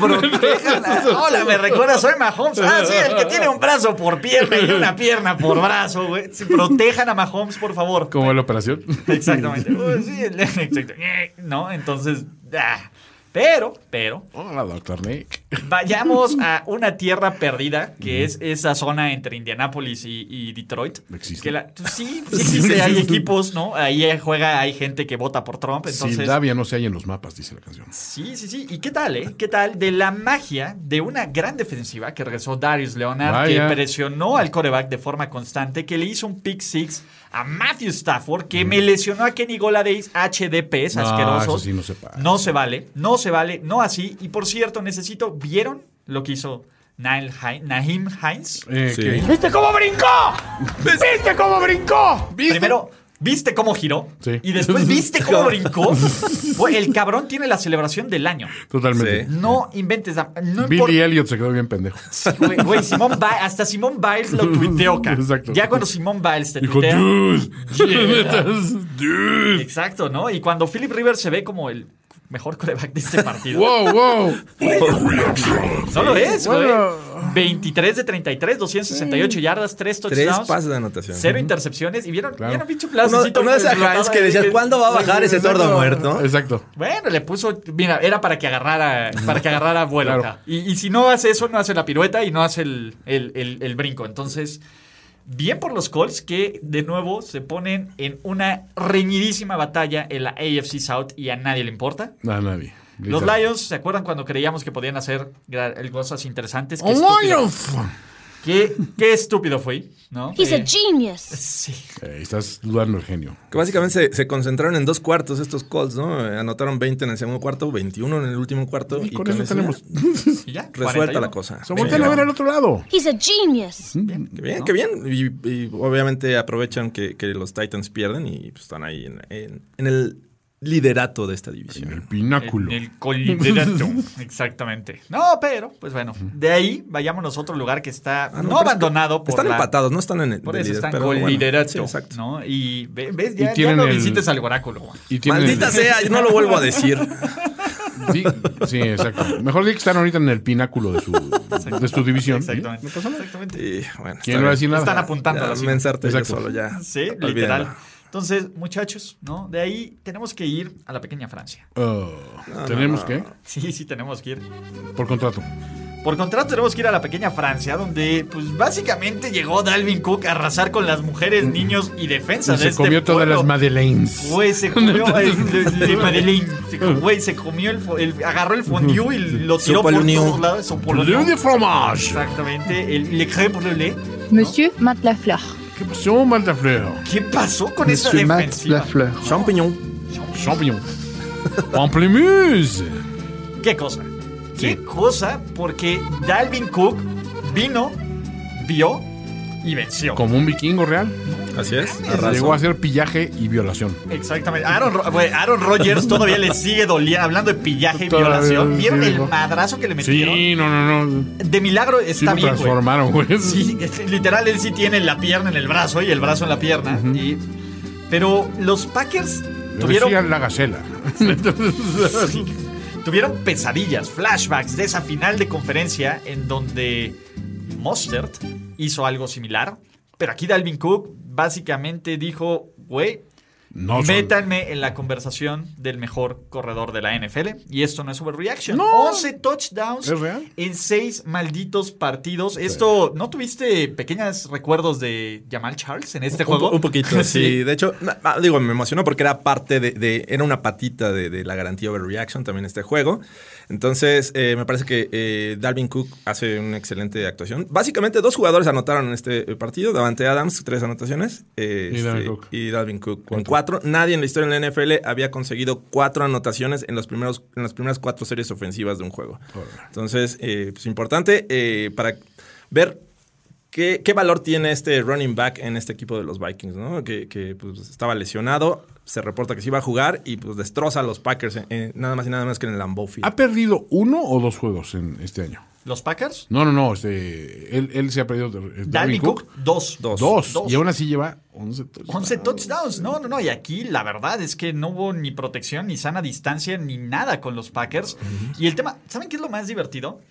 protejan. a- Hola, me recuerda, soy Mahomes. Ah, sí, el que tiene un brazo por pierna y una pierna por brazo, güey. Sí, protejan a Mahomes, por favor. ¿Cómo va la operación? Exactamente. Uy, sí, el- exacto. Eh, No, entonces, ah. pero, pero, Hola, doctor Nick. Vayamos a una tierra perdida, que es esa zona entre Indianápolis y, y Detroit. No existe. Que la- pues sí, sí existe, hay equipos, ¿no? Ahí juega, hay gente que vota por Trump, entonces... Sildavia no se halla en los mapas, dice la canción. Sí, sí, sí. ¿Y qué tal, eh? ¿Qué tal de la magia de una gran defensiva que regresó Darius Leonard, Vaya. que presionó al coreback de forma constante, que le hizo un pick six a Matthew Stafford, que me lesionó a Kenny Goladay HDPs Mm. No, asquerosos. eso sí no se pasa. No se vale, no se vale, no así. Y por cierto, necesito, ¿vieron lo que hizo Nahim Naheem Hines? Eh, ¿qué? ¿Viste cómo brincó? ¿Viste cómo brincó? ¿Viste? Primero, ¿viste cómo giró? Sí. Y después, ¿viste cómo brincó? Güey, El cabrón tiene la celebración del año. Totalmente. Sí. No inventes. a- No Billy importa. Elliot se quedó bien pendejo. Sí, Güey, güey, Simón Bi- hasta Simón Biles lo tuiteó, cara. Exacto. Ya cuando Simón Biles te Dijo, tuitea. dude, Yeah. dude. Exacto, ¿no? Y cuando Philip Rivers se ve como el mejor coreback de este partido. Wow, wow. No lo es, güey. Bueno. 23 de 33, 268 yardas, 3 Tres touchdowns. pases de anotación. Cero intercepciones. Y vieron, Claro. vieron pinche Uno, plazocito uno de esas explotado Hines que ahí decías, ¿cuándo va a bajar ese tordo muerto? Exacto. Bueno, le puso, mira, era para que agarrara, para que agarrara vuelo Claro. acá. Y, y si no hace eso, no hace la pirueta y no hace el, el- el- el brinco. Entonces, bien por los Colts que de nuevo se ponen en una reñidísima batalla en la AFC South y a nadie le importa. No, a nadie. Los Literal. Lions, ¿se acuerdan cuando creíamos que podían hacer gra- el- cosas interesantes? Qué Oh, estúpido, Lions. qué, qué estúpido fui, ¿no? He's Eh, a genius. sí. Eh, estás dudando el genio. Que básicamente se, se concentraron en dos cuartos estos Colts, ¿no? Eh, Anotaron 20 en el segundo cuarto, 21 en el último cuarto. Y con eso eso tenemos. ya Y ya, Resuelta 41. la cosa. Se voltean a ver al otro lado. He's a genius. Qué bien, qué bien. Y, y obviamente aprovechan que, que los Titans pierden y pues, están ahí en, en- en el liderato de esta división. el pináculo. En el coliderato. Exactamente. No, pero, pues bueno, de ahí vayámonos a otro lugar que está no, Ah, pero es que abandonado por Están la- empatados, no están en el Por de eso líder, están pero con bueno. liderato, Sí, exacto. ¿no? Y ve- ves, ya, ya tienen no el- visites al oráculo. güey. Y tienen Maldita el- sea, yo no lo vuelvo a decir. Sí, sí, exacto. Mejor di que están ahorita en el pináculo de su, de su división. Exactamente. Pues, Exactamente. Y bueno, ¿Quién no va a decir nada? Están apuntando a la cima. Mensarte yo Exacto. solo ya. Sí, Olvídenlo. literal. Entonces, muchachos, ¿no? De ahí tenemos que ir a la pequeña Francia. Oh, tenemos que, Sí, sí, tenemos que ir. por contrato. Por contrato tenemos que ir a la pequeña Francia, donde pues básicamente llegó Dalvin Cook a arrasar con las mujeres, Mm. niños y defensa Y de se este comió todas pueblo. las Madeleines. Güey, se comió el, el- el Madeleine. Se- Güey, se comió el, fo- el- agarró el fondue y lo tiró por Polonio. todos lados. Su polonio. Bleu de fromage. Exactamente, el le crème brûlée. Monsieur Matlafleur. ¿Qué pasó, Maldafleur? ¿Qué pasó con esa Monsieur Matt defensiva? Lafleur. Champignon. Champignon. Pamplemousse. ¿Qué cosa? Sí. ¿Qué cosa? Porque Dalvin Cook vino, vio y venció. Como un vikingo real. Así es. Llegó a Arrasó. hacer pillaje y violación. Exactamente. Aaron, Ro- güey, Aaron Rodgers todavía le sigue doliendo, hablando de pillaje y Todavía violación. le ¿Vieron sigue el doliendo. madrazo que le metieron? Sí, no, no, no. De milagro Sí está lo bien, güey. transformaron, güey. Sí, es- literal, él sí tiene la pierna en el brazo y el brazo en la pierna. y- pero los Packers Lo tuvieron, decía la gacela. tuvieron pesadillas, flashbacks de esa final de conferencia en donde Mostert hizo algo similar. Pero aquí Dalvin Cook básicamente dijo, güey, No, son- Métanme en la conversación del mejor corredor de la NFL. Y esto no es overreaction. No. 11 touchdowns ¿Es real? en 6 malditos partidos. Esto, ¿no tuviste pequeños recuerdos de Jamal Charles en este Un, juego? po- un poquito, sí. De hecho, na- ah, digo, me emocionó porque era parte de, de- era una patita de, de la garantía Overreaction también este juego. Entonces, eh, me parece que eh, Dalvin Cook hace una excelente actuación. Básicamente, dos jugadores anotaron en este eh, partido. Davante Adams, tres anotaciones. eh, Y este, Dalvin Cook. y Dalvin Cook con cuatro. Nadie en la historia de la NFL había conseguido cuatro anotaciones en, los primeros, en las primeras cuatro series ofensivas de un juego. Entonces, eh, pues importante eh, para ver ¿Qué, qué valor tiene este running back en este equipo de los Vikings? ¿no? Que, que, pues, estaba lesionado, se reporta que sí iba a jugar y pues destroza a los Packers, en- en- nada más y nada menos que en el Lambeau Field. Ah, ¿Ha perdido uno o dos juegos en este año? ¿Los Packers? No, no, no. Este, él, él se ha perdido. de- Dalvin Cook, dos. Dos. Dos. Dos. Y aún así lleva 11 touchdowns. 11 touchdowns. No, no, no. Y aquí la verdad es que no hubo ni protección, ni sana distancia, ni nada con los Packers. Y el tema, ¿saben qué es lo más divertido?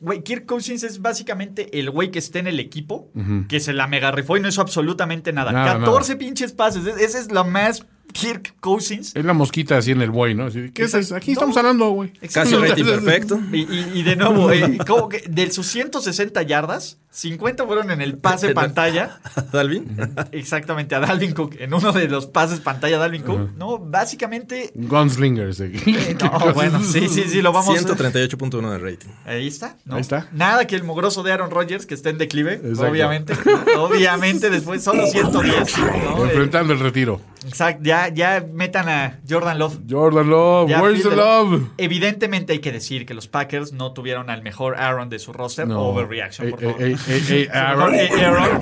Güey, Kirk Cousins es básicamente el güey que está en el equipo, que se la mega rifó y no hizo absolutamente nada. Nada, 14 pinches pases. E- Esa es la más Kirk Cousins. Es la mosquita así en el buey, ¿no? Así de, ¿Qué es Exacto. eso? Aquí No. estamos hablando, güey. Casi Exacto. rating perfecto. Y, y- y de nuevo, eh, como que de sus 160 yardas, 50 fueron en el pase pantalla. Dalvin. Exactamente, a Dalvin Cook. En uno de los pases pantalla, Dalvin Cook. No, básicamente Gunslingers. eh. Eh, No, bueno, sí, sí, sí, lo vamos eh. 138.1 de rating. Ahí está, ¿no? Ahí está. Nada que el mugroso de Aaron Rodgers que está en declive, Exacto. obviamente. obviamente, después solo 110. ¿no? Eh, Enfrentando el retiro. Exacto, ya, ya metan a Jordan Love. Jordan Love, Ya, where's the Phil, love? Evidentemente hay que decir que los Packers no tuvieron al mejor Aaron de su roster. No. Overreaction, por Ey, favor. ey, ey, ey, Aaron. Eh, Aaron.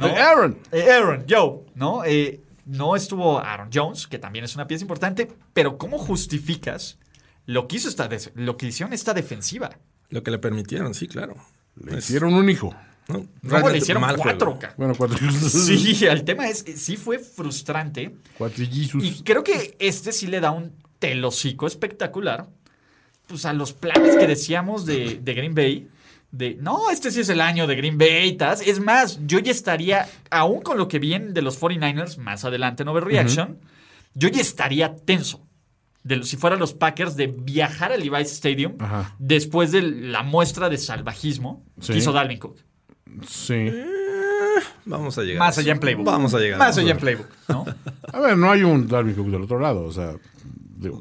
¿no? Aaron. Eh, Aaron, yo, ¿no? Eh, no estuvo Aaron Jones, que también es una pieza importante, pero ¿cómo justificas lo que hizo esta, des- lo que hicieron esta defensiva? Lo que le permitieron, sí, claro. Pues, Le Pues hicieron un hijo. ¿no? ¿Cómo le Realmente hicieron este mal cuatro, juego. ca- Bueno, cuatro. Sí, el tema es que sí fue frustrante. Cuatro Y Jesus. creo que este sí le da un telocico espectacular. Pues a los planes que decíamos de, de Green Bay. De, no, este sí es el año de Green Bay, Taz. Es más, yo ya estaría, aún con lo que viene de los 49ers más adelante en Overreaction, yo ya estaría tenso. De, los- si fueran los Packers, de viajar al Levi's Stadium Ajá. después de la muestra de salvajismo Sí. que hizo Dalvin Cook. Sí. ¿Eh? Vamos a llegar. a Más eso. allá en Playbook. Vamos a llegar. a Más eso. allá en Playbook, ¿no? A ver, no hay un Darby Cook del otro lado. O sea,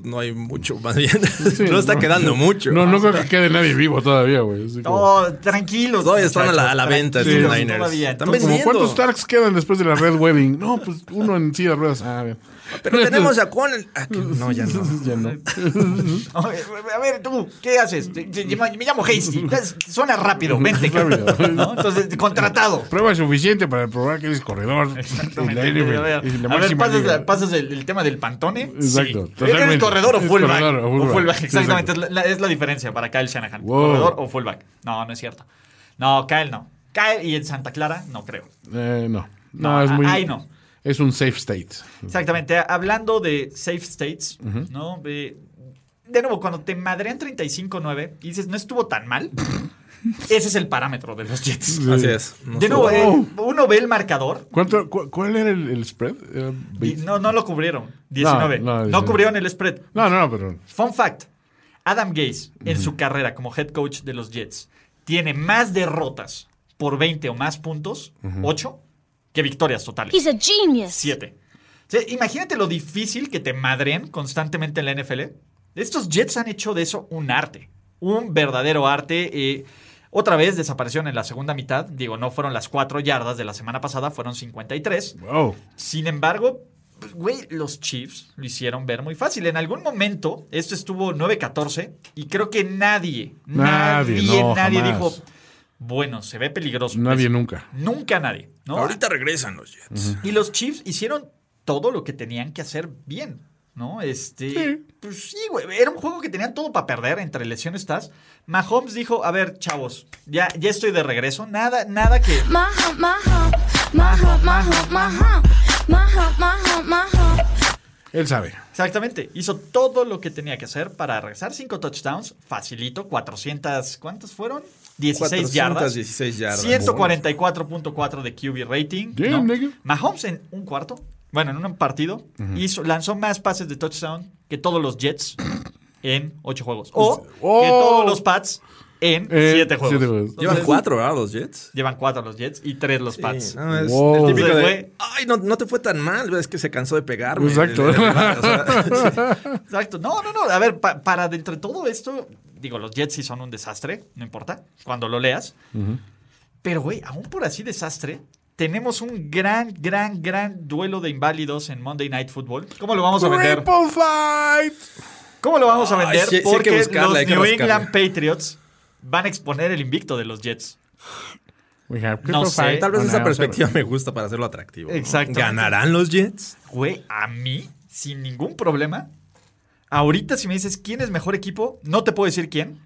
No hay mucho, más bien. no está quedando mucho. No, no creo que quede nadie vivo todavía, güey. Así como- Oh, tranquilos. Todavía están a la- a la muchachos, venta, tranquilos estos Niners. todavía. Están Entonces, Como, vendiendo. ¿Cuántos Starks quedan después de la Red Wedding? No, pues uno en silla de ruedas. Ah, bien. Pero tenemos a Conel. Ah, que- no, ya no. Ya no. A ver, tú, ¿qué haces? Te- te- te- Me llamo Hasty. Es- Suena rápido, vente. Rápido. ¿no? Entonces, contratado. Prueba suficiente para probar que eres corredor. Exactamente. En la NFL, A en ver, la a ver, máxima pasas, liga. pasas el, el tema del pantone. Exacto, Sí. ¿Eres totalmente. corredor o Es fullback? corredor o O fullback. fullback, Sí, exactamente. Es la, es la diferencia para Kyle Shanahan. Wow. Corredor o fullback. No, no es cierto. No, Kyle no. Kyle y en Santa Clara, no creo. Eh, no. No, No, es muy. ahí no. Es un safe state. Exactamente. Hablando de safe states, ¿no? Eh, de nuevo, cuando te madrean 35-9 y dices, no estuvo tan mal, ese es el parámetro de los Jets. Así es. No De sé. nuevo, eh, Oh. uno ve el marcador. ¿Cuánto, cu- ¿Cuál era el, el spread? Era y 20. no, no lo cubrieron. 19. No, no, no 19. cubrieron el spread. No, no, no, pero. Fun fact: Adam Gase, en su carrera como head coach de los Jets, tiene más derrotas por 20 o más puntos, 8, que victorias totales. He's a genius. 7. imagínate lo difícil que te madren constantemente en la NFL. Estos Jets han hecho de eso un arte, un verdadero arte. eh, otra vez desaparecieron en la segunda mitad. Digo, no fueron las 4 yardas de la semana pasada, fueron 53. Wow. Sin embargo, pues, güey, los Chiefs lo hicieron ver muy fácil. En algún momento, esto estuvo 9-14 y creo que nadie, nadie, Nadie, nadie, no, jamás. dijo, bueno, se ve peligroso. Nadie Pues, nunca. Nunca nadie, ¿no? Ahorita regresan los Jets. Y los Chiefs hicieron todo lo que tenían que hacer bien, ¿no? Este, pues sí, güey, era un juego que tenían todo para perder, entre lesiones estás. Mahomes dijo, a ver, chavos, ya, ya estoy de regreso, nada, nada que... Él sabe. Exactamente. Hizo todo lo que tenía que hacer para regresar. Cinco touchdowns, facilito. 400, ¿cuántas fueron? 16 yardas. 416 yardas. 144.4 de QB rating. Damn, nigga. Mahomes en un cuarto, bueno, en un partido, hizo, lanzó más pases de touchdown que todos los Jets en ocho juegos. Pues, O que Oh. todos los Pats en Eh, siete juegos. siete juegos. Llevan Entonces, cuatro, ¿verdad? Los Jets. Llevan cuatro los Jets y tres los Pats. Sí, no, es Wow. el típico Entonces, de, güey- ay, no, no te fue tan mal, es que se cansó de pegarme. Exacto. O sea, Exacto. No, no, no. A ver, pa- para de entre todo esto, digo, los Jets sí son un desastre, no importa, cuando lo leas. Pero, güey, aún por así desastre, tenemos un gran, gran, gran duelo de inválidos en Monday Night Football. ¿Cómo lo vamos a vender? Triple fight. ¿Cómo lo vamos a Ay, vender? sí, sí hay que Porque buscarla, los hay que New buscarla. England Patriots van a exponer el invicto de los Jets. We have No triple sé. fight. tal vez Ah, esa no, perspectiva me gusta para hacerlo atractivo. ¿no? Exactamente. ¿Ganarán los Jets? Güey, a mí, sin ningún problema. Ahorita, si me dices quién es mejor equipo, no te puedo decir quién,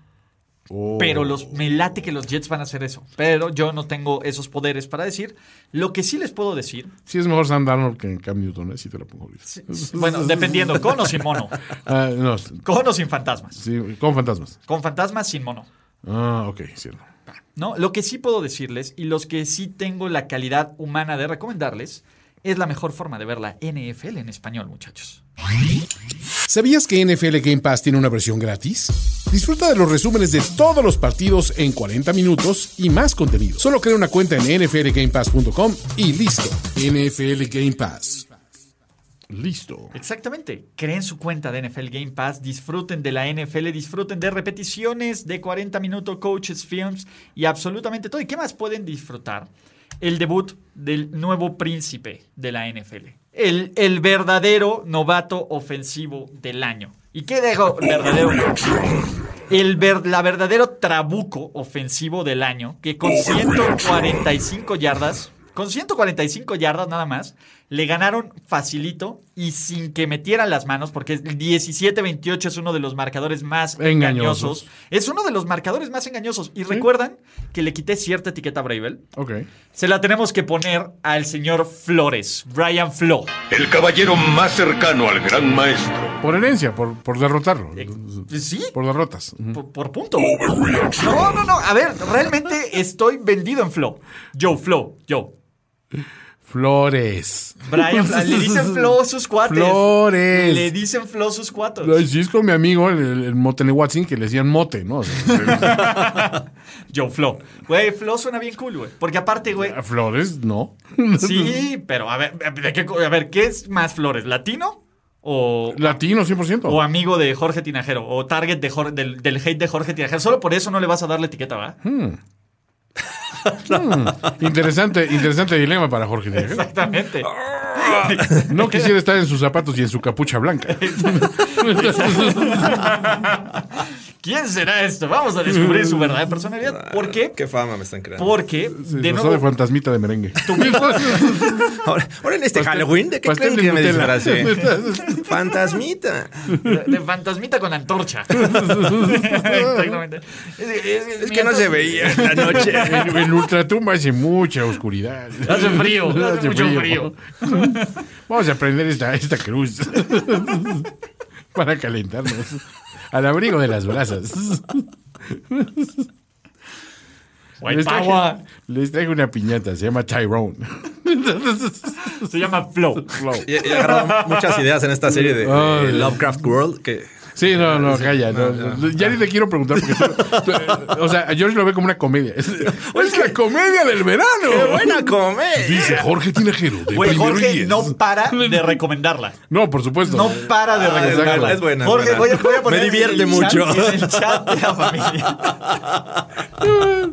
Oh. Pero los, me late que los Jets van a hacer eso. Pero yo no tengo esos poderes para decir. Lo que sí les puedo decir, Sí, es mejor Sam Darnold que Cam Newton, ¿eh? Sí, te la pongo ahorita. bueno, dependiendo, con o sin mono. Ah, no, Con o sin fantasmas. sí, con fantasmas. Con fantasmas, sin mono. Ah, ok, cierto. ¿no? Lo que sí puedo decirles y los que sí tengo la calidad humana de recomendarles es la mejor forma de ver la NFL en español, muchachos. ¿Sabías que NFL Game Pass tiene una versión gratis? Disfruta de los resúmenes de todos los partidos en 40 minutos y más contenido. Solo crea una cuenta en nflgamepass.com y listo. NFL Game Pass. Listo. Exactamente. Creen su cuenta de NFL Game Pass, disfruten de la NFL, disfruten de repeticiones de 40 minutos, coaches, films y absolutamente todo. ¿Y qué más pueden disfrutar? El debut del nuevo príncipe de la NFL. El, el verdadero novato ofensivo del año. ¿Y qué digo? Verdadero. El ver- la verdadero trabuco ofensivo del año, que con 145 yardas, con 145 yardas nada más, le ganaron facilito y sin que metieran las manos, porque el 17-28 es uno de los marcadores más engañosos. Engañosos. Es uno de los marcadores más engañosos. Y recuerdan que le quité cierta etiqueta a Bravel. Ok. Se la tenemos que poner al señor Flores, Brian Flo. El caballero más cercano al gran maestro. Por herencia, por, por derrotarlo. Sí, Por derrotas. Ujú. por, por punto. No, no, no. A ver, realmente estoy vendido en Flow. Yo, Flow, yo. Flores. Brian, Fla- le dicen Flow sus cuates. Flores. Le dicen Flow sus cuates. Ay, sí, es con mi amigo, el, el, Watson, que le decían mote, ¿no? O sea, Yo, Flow. Güey, Flow suena bien cool, güey. Porque aparte, güey. Flores, no. Sí, pero a ver, ¿de qué co- a ver, ¿qué es más Flores? ¿Latino? o Latino, 100%. o amigo de Jorge Tinajero, o target de Jor- del, del hate de Jorge Tinajero. Solo por eso no le vas a dar la etiqueta, ¿va? Hmm. Hmm. Interesante, interesante dilema para Jorge Tinajero. Exactamente. No quisiera estar en sus zapatos y en su capucha blanca. ¿Quién será esto? Vamos a descubrir su verdadera personalidad. ¿Por qué? Qué fama me están creando. Porque, de Disfrazado de nuevo, fantasmita de merengue. Ahora, ahora en este Halloween, ¿de qué pastel creen de que me Nutella. disfracé? Fantasmita. de, de fantasmita con antorcha. Exactamente. Es, es- es- Es que no se veía en la noche. En, en Ultratumba hace mucha oscuridad. Hace frío, hace mucho frío. Vamos a prender esta, esta cruz para calentarnos al abrigo de las brasas. White traje, power. les traigo una piñata, se llama Tyrone. Se llama Flow. Y, y agarraron muchas ideas en esta serie de, de Ay. Lovecraft World que Sí, no, no, calla. no, no. Ya ni te quiero preguntar porque tú- tú- o sea, a George lo ve como una comedia. Es, es la comedia del verano. ¡Qué buena comedia! Dice Jorge Tinajero de Güey, Primero y Jorge Diez. no para de recomendarla. No, por supuesto. No para de Ah, es recomendarla. buena, es buena, es Jorge, buena. voy a, voy a poner Me divierte en el mucho. chat- en el chat de la familia.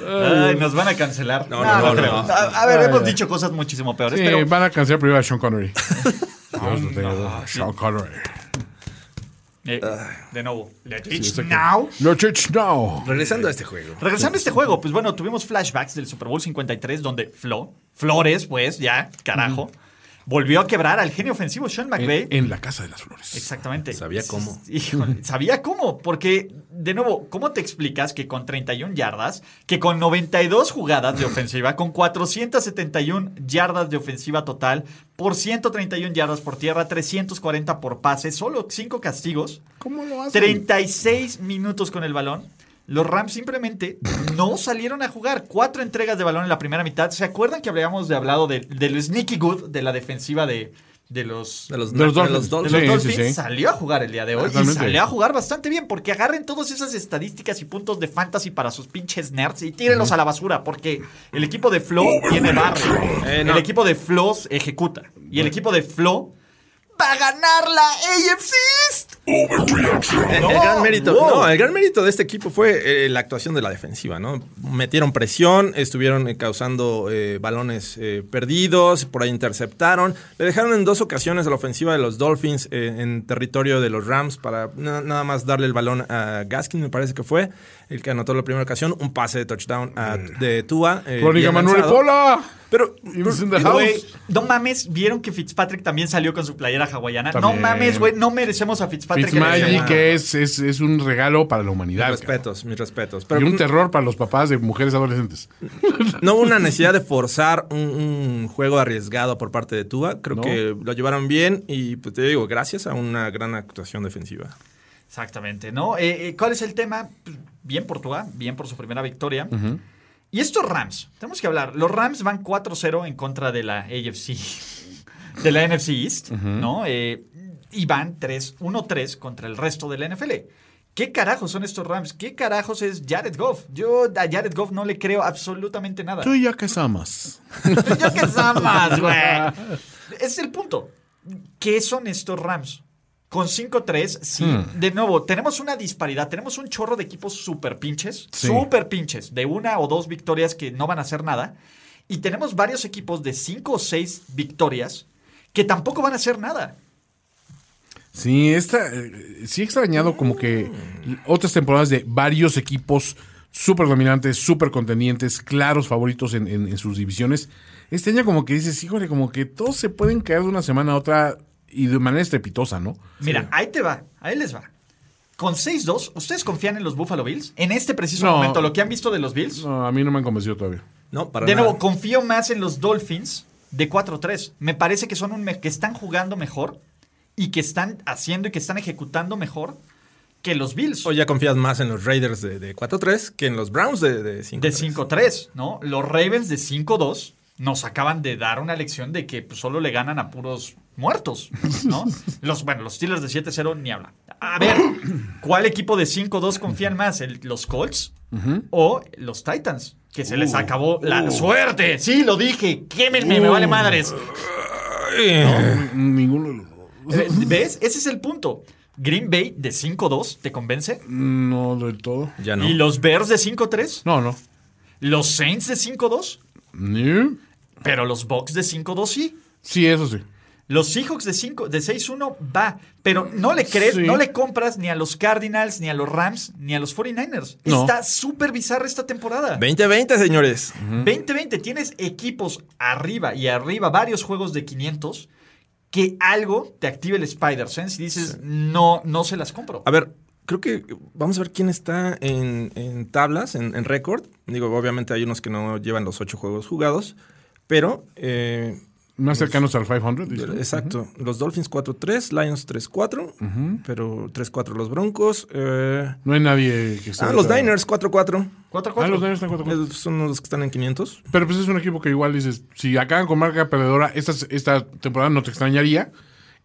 Ay, nos van a cancelar. No, no, no, creo. no. A, a ver, hemos dicho cosas muchísimo peores, Sí, pero van a cancelar primero a Sean Connery. Dios lo tenga, Sean Connery. eh, de nuevo. Le Sí, Twitch sé que- now. Lo chich now. regresando a este juego. Regresando a este juego, pues bueno, tuvimos flashbacks del Super Bowl 53 donde Flo, Flores, pues ya, carajo, volvió a quebrar al genio ofensivo Sean McVay. En, en la Casa de las Flores. Exactamente. Eh, Sabía cómo. Híjole, sabía cómo, porque, de nuevo, ¿cómo te explicas que con 31 yardas, que con 92 jugadas de ofensiva, con 471 yardas de ofensiva total, por 131 yardas por tierra, 340 por pase, solo 5 castigos, ¿Cómo lo 36 minutos con el balón. Los Rams simplemente no salieron a jugar. Cuatro entregas de balón en la primera mitad. ¿Se acuerdan que habíamos de hablado de- del sneaky good de la defensiva de, de los De los, De los de Dolphins. los de Dolphins. los Sí, Dolphins sí, sí. salió a jugar el día de hoy y Totalmente. salió a jugar bastante bien porque agarren todas esas estadísticas y puntos de fantasy para sus pinches nerds y tírenlos a la basura porque el equipo de Flo tiene barrio. Eh, no. El equipo de Flo ejecuta y el equipo de Flo va a ganar la AFC East. El, el gran mérito, no, el gran mérito de este equipo fue eh, la actuación de la defensiva, ¿no? Metieron presión, estuvieron eh, causando eh, balones eh, perdidos, por ahí interceptaron. Le dejaron en dos ocasiones a la ofensiva de los Dolphins eh, en territorio de los Rams para na- nada más darle el balón a Gaskin, me parece que fue, el que anotó la primera ocasión, un pase de touchdown a- de Tua. eh, Crónica bien Manuel lanzado. Pola. Pero, He was in the Güey, house. no mames, vieron que Fitzpatrick también salió con su playera hawaiana. No También. mames, güey, no merecemos a Fitzpatrick. en ese Fitzmagic momento. que es, es, es un regalo para la humanidad. mis respetos, mis cabrón. respetos. Pero pues, y un terror para los papás de mujeres adolescentes. No hubo una necesidad de forzar un, un juego arriesgado por parte de Tua. Creo No. que lo llevaron bien y pues, te digo, gracias a una gran actuación defensiva. Exactamente, ¿no? Eh, eh, ¿Cuál es el tema? Pues, Bien por Tua, bien por su primera victoria. Y estos Rams, tenemos que hablar. Los Rams van 4-0 en contra de la AFC, de la NFC East, ¿no? Eh, y van 3 1-3 contra el resto de la NFL. ¿Qué carajos son estos Rams? ¿Qué carajos es Jared Goff? Yo a Jared Goff no le creo absolutamente nada. Tú y yo que somos. Pues Yo qué sabas, güey. Ese es el punto. ¿Qué son estos Rams? Con 5-3, sí. Hmm. De nuevo, tenemos una disparidad. Tenemos un chorro de equipos super pinches. Sí. Super pinches. De una o dos victorias que no van a hacer nada. Y tenemos varios equipos de 5 o 6 victorias que tampoco van a hacer nada. Sí, esta, eh, sí he extrañado como que otras temporadas de varios equipos súper dominantes, súper contendientes, claros favoritos en, en- en sus divisiones. Este año como que dices, híjole, como que todos se pueden caer de una semana a otra y de manera estrepitosa, ¿no? Mira, ahí te va. Ahí les va. Con 6-2, ¿ustedes confían en los Buffalo Bills? En este preciso No. momento, lo que han visto de los Bills. No, a mí no me han convencido todavía. No, para De nada. nuevo, confío más en los Dolphins de 4-3. Me parece que son un me- que están jugando mejor y que están haciendo y que están ejecutando mejor que los Bills O ya confías más en los Raiders de, de 4-3 que en los Browns de, de 5-3. de 5-3, ¿no? Los Ravens de 5-2 nos acaban de dar una lección de que pues, solo le ganan a puros muertos, ¿no? Los, bueno, los Steelers de 7-0 ni habla. A ver, ¿cuál equipo de 5-2 confían más? ¿El- ¿Los Colts o los Titans? Que se Uh. les acabó la Uh. suerte. Sí, lo dije. Quémenme, me vale madres. Ninguno de los dos. Eh, ¿Ves? Ese es el punto. Green Bay de 5-2, ¿te convence? No del todo. Ya ¿Y los Bears de 5-3? No, no. ¿Los Saints de 5-2? Ni- Pero los Bucks de 5-2 sí. Sí, eso sí. Los Seahawks de, cinco- de 6-1 va, pero no le crees, Sí. no le compras ni a los Cardinals, ni a los Rams, ni a los 49ers. No. Está súper bizarra esta temporada. 20-20, señores. 2020 tienes equipos arriba y arriba, varios juegos de 500, que algo te active el Spider-Sense y dices, no, no se las compro. A ver, creo que vamos a ver quién está en, en tablas, en, en récord. Digo, obviamente hay unos que no llevan los ocho juegos jugados, pero... eh, Más cercanos al 500. dices tú. Exacto. Los Dolphins 4-3, Lions 3-4, pero 3-4 los Broncos. eh, No hay nadie que esté ah, los ahorita- Niners 4-4. Ah, los 4-4. Niners están 4-4. Esos Son los que están en 500. Pero pues es un equipo que igual dices, si acaban con marca perdedora, esta, esta temporada no te extrañaría.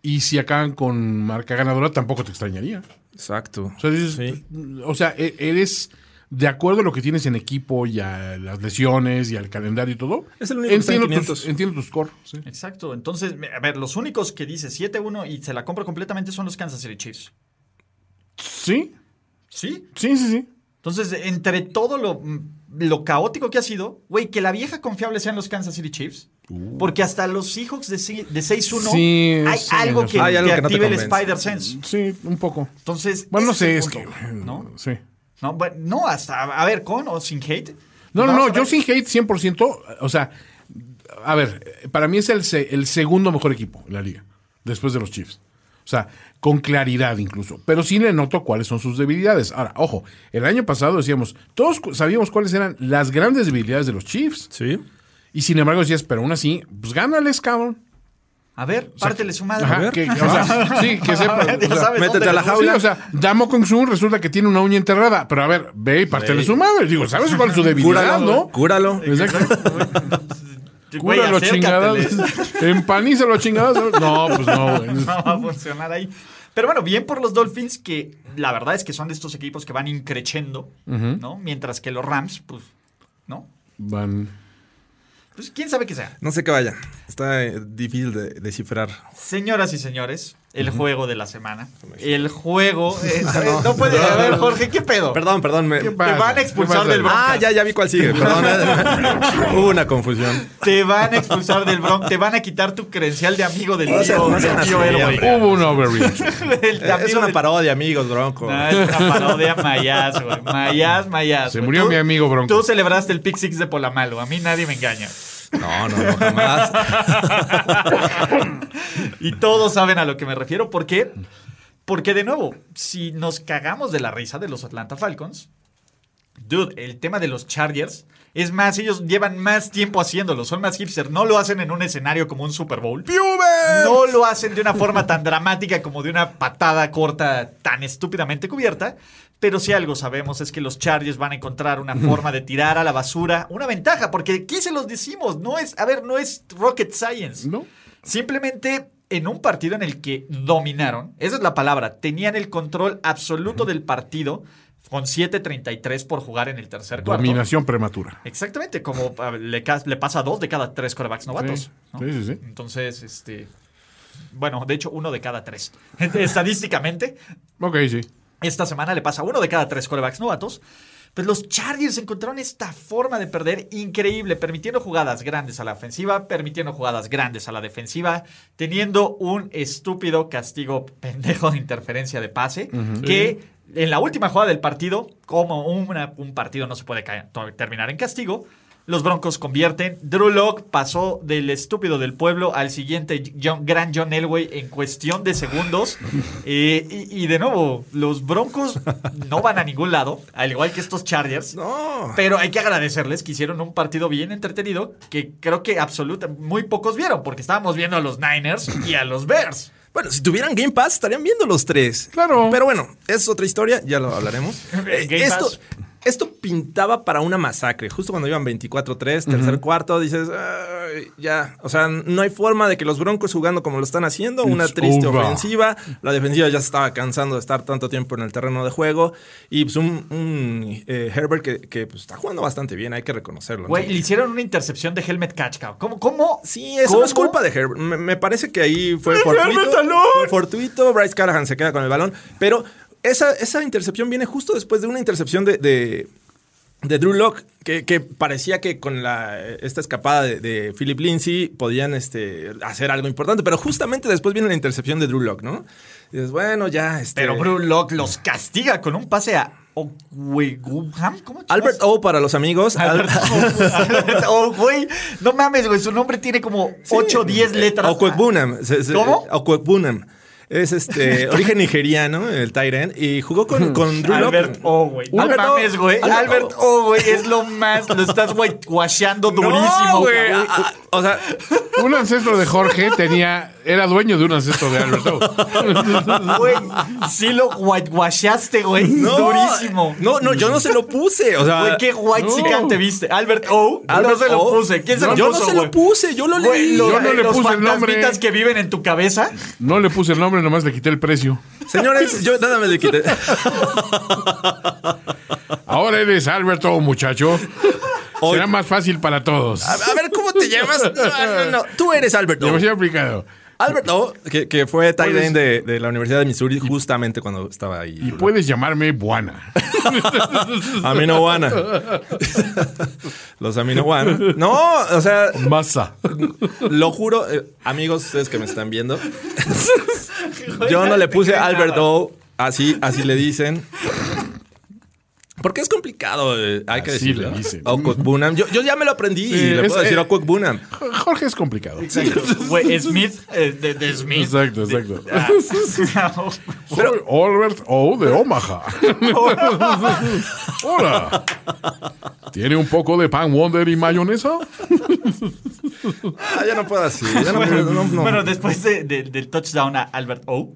Y si acaban con marca ganadora, tampoco te extrañaría. Exacto. O sea, dices, Sí. o sea, e- eres de acuerdo a lo que tienes en equipo y a las lesiones y al calendario y todo. Es el único que está en entiendo, 500. tus, entiendo tu score. sí. Exacto. Entonces, a ver, los únicos que dice 7-1 y se la compra completamente son los Kansas City Chiefs. Sí, ¿Sí? sí, sí, sí. Entonces, entre todo lo, mm, lo caótico que ha sido, güey, que la vieja confiable sean los Kansas City Chiefs. Porque hasta los Seahawks de, si- de 6-1 Uh. Sí, hay eso algo menos. que, Hay algo que que no te active el convence. Spider-Sense. Sí, un poco. Entonces, Bueno, no ese sé, es el punto, que. ¿no? Sí. No, bueno, no, hasta, a ver, con o sin hate. No, no, Vamos no, a yo ver. sin hate 100%, o sea, a ver, para mí es el, se- el segundo mejor equipo en la liga, después de los Chiefs. O sea, con claridad incluso. Pero sí le noto cuáles son sus debilidades. Ahora, ojo, el año pasado decíamos, todos cu- sabíamos cuáles eran las grandes debilidades de los Chiefs. Sí. Y sin embargo decías, pero aún así, pues gánales, cabrón. A ver, pártele su madre. Ajá, que- o sea, sí, que sepa. Ya o sea, sabes métete dónde a la lo- jaula. Sí, o sea, Damo Kung Su resulta que tiene una uña enterrada. Pero a ver, ve y partele su madre. Digo, ¿sabes cuál es su debilidad, Cúralo, no? Cúralo. Exacto. Güey, Cúralo, acércatele. chingadas. Empanízalo, chingadas. No, pues no, güey. no va a funcionar ahí. Pero bueno, bien por los Dolphins, que la verdad es que son de estos equipos que van increchendo, ¿no? Mientras que los Rams, pues, ¿no? Van. Pues quién sabe qué sea. No sé qué vaya. Está eh, difícil de descifrar. Señoras y señores, el juego de la semana. El juego. eh, Ah, no, puede. A ver, Jorge, ¿qué pedo? Perdón, perdón. me- Te pasa? van a Oh. ¿Qué expulsar pasa? del Bronca. Ah, ya, ya vi cuál sigue. Perdón. eh. Hubo una confusión. Te van a expulsar del Bronca. Te van a quitar tu credencial de amigo del tío, no sean del tío así, héroe. hombre. Hubo un overreaction. El Eh, Es amigo una del- parodia, amigos, bronco. No, Ah, es una parodia mayas, güey. Mayas, mayas. Se güey. murió Tú- mi amigo Bronco. Tú celebraste el pick six de Polamalo. A mí nadie me engaña. No, no, no, jamás. y todos saben a lo que me refiero. ¿Por qué? Porque, de nuevo, si nos cagamos de la risa de los Atlanta Falcons, dude, el tema de los Chargers. Es más, ellos llevan más tiempo haciéndolo, son más hipster, no lo hacen en un escenario como un Super Bowl. No lo hacen de una forma tan dramática como de una patada corta tan estúpidamente cubierta. Pero si algo sabemos es que los Chargers van a encontrar una forma de tirar a la basura una ventaja, porque aquí se los decimos, no es, a ver, no es rocket science. ¿No? Simplemente en un partido en el que dominaron, esa es la palabra, tenían el control absoluto del partido con 7.33 por jugar en el tercer cuarto. Dominación prematura. Exactamente, como a ver, le, ca- le pasa a dos de cada tres corebacks novatos. Sí, ¿no? sí, sí, sí. Entonces, este. Bueno, de hecho, uno de cada tres. Estadísticamente, Ok, sí. esta semana le pasa a uno de cada tres corebacks novatos. Pues los Chargers encontraron esta forma de perder increíble, permitiendo jugadas grandes a la ofensiva, permitiendo jugadas grandes a la defensiva, teniendo un estúpido castigo pendejo de interferencia de pase, que en la última jugada del partido, como una- un partido no se puede ca- to- terminar en castigo, los Broncos convierten. Drew Locke pasó del estúpido del pueblo al siguiente John- gran John Elway en cuestión de segundos. Eh, y, y de nuevo, los Broncos no van a ningún lado, al igual que estos Chargers. No. Pero hay que agradecerles que hicieron un partido bien entretenido que creo que absoluta muy pocos vieron, porque estábamos viendo a los Niners y a los Bears. Bueno, si tuvieran Game Pass estarían viendo los tres. Claro. Pero bueno, es otra historia, ya lo hablaremos. Eh, Game esto, Pass. esto pintaba para una masacre. Justo cuando iban 24-3, tercer cuarto, dices, "Ah, eh, ya, o sea, no hay forma de que los Broncos jugando como lo están haciendo, una It's triste over. ofensiva, la defensiva ya se estaba cansando de estar tanto tiempo en el terreno de juego y pues un, un, eh, Herbert que, que, pues, está jugando bastante bien, hay que reconocerlo. ¿no? Güey, le hicieron una intercepción de Helmet Kachka. ¿Cómo? ¿Cómo? Sí, eso no es culpa de Herbert. Me, me parece que ahí fue ¡Es fortuito. Herbert Talón! Fue fortuito. Bryce Callahan se queda con el balón. Pero esa, esa intercepción viene justo después de una intercepción de, de, de Drew Locke, que, que parecía que con la, esta escapada de, de Philip Lindsay podían este, hacer algo importante. Pero justamente después viene la intercepción de Drew Locke, ¿no? Y dices, bueno, ya. Este, Pero Drew Locke los castiga con un pase a Okwegumham. ¿Cómo chingados? Albert O para los amigos. Albert Al- O. Albert O, Oh, güey. No mames, güey. Su nombre tiene como 8 o 10 letras. Okwekbunam. Se- se- ¿Cómo? Okwekbunam. Es este origen nigeriano, el Tyrant, y jugó con, con Drew Locke. Albert O, güey. No Albert O. mames, güey. Albert oh, Albert O, güey. Es lo más. Lo estás whitewashando durísimo. No, güey. cabrón. Ah, ah, O sea, Un ancestro de Jorge tenía, era dueño de un ancestro de Alberto. Güey, sí lo whitewashaste, güey. no, Durísimo. No, no, yo no se lo puse. O sea, Güey, qué white no. te viste. Albert O. Albert no se lo O. puse. ¿Quién se lo Yo puso? no se lo güey? puse, yo lo Güey, leí. los, Yo no le los puse el nombre. fantasmitas que viven en tu cabeza. No le puse el nombre, nomás le quité el precio. Señores, yo nada me le quité. Ahora eres Alberto, muchacho. Será más fácil para todos. A, a ver, ¿cómo te llamas? No, no, no. Tú eres Albert O. Demasiado aplicado. Albert O, que, que fue tight Puedes- end de, de la Universidad de Missouri justamente cuando estaba ahí. Y puedes llamarme Buana. Aminohuana. Los aminohuana. No, o sea, Masa. lo juro, eh, amigos, ustedes que me están viendo, yo no le puse Albert O, así, así le dicen. Porque es complicado, eh, hay que Así decirlo. le dicen. Okwok Bunam. Yo, yo ya me lo aprendí y le es- puedo decir eh, Okwok Bunam. Jorge es complicado. Güey, Smith. eh, de, de Smith. Exacto, exacto. Ah, Soy Albert O de Omaha. Hola. ¿Tiene un poco de pan Wonder y mayonesa? Ah, ya no puedo así. Ya no, puedo, no, no. Bueno, después de- de- del touchdown a Albert O,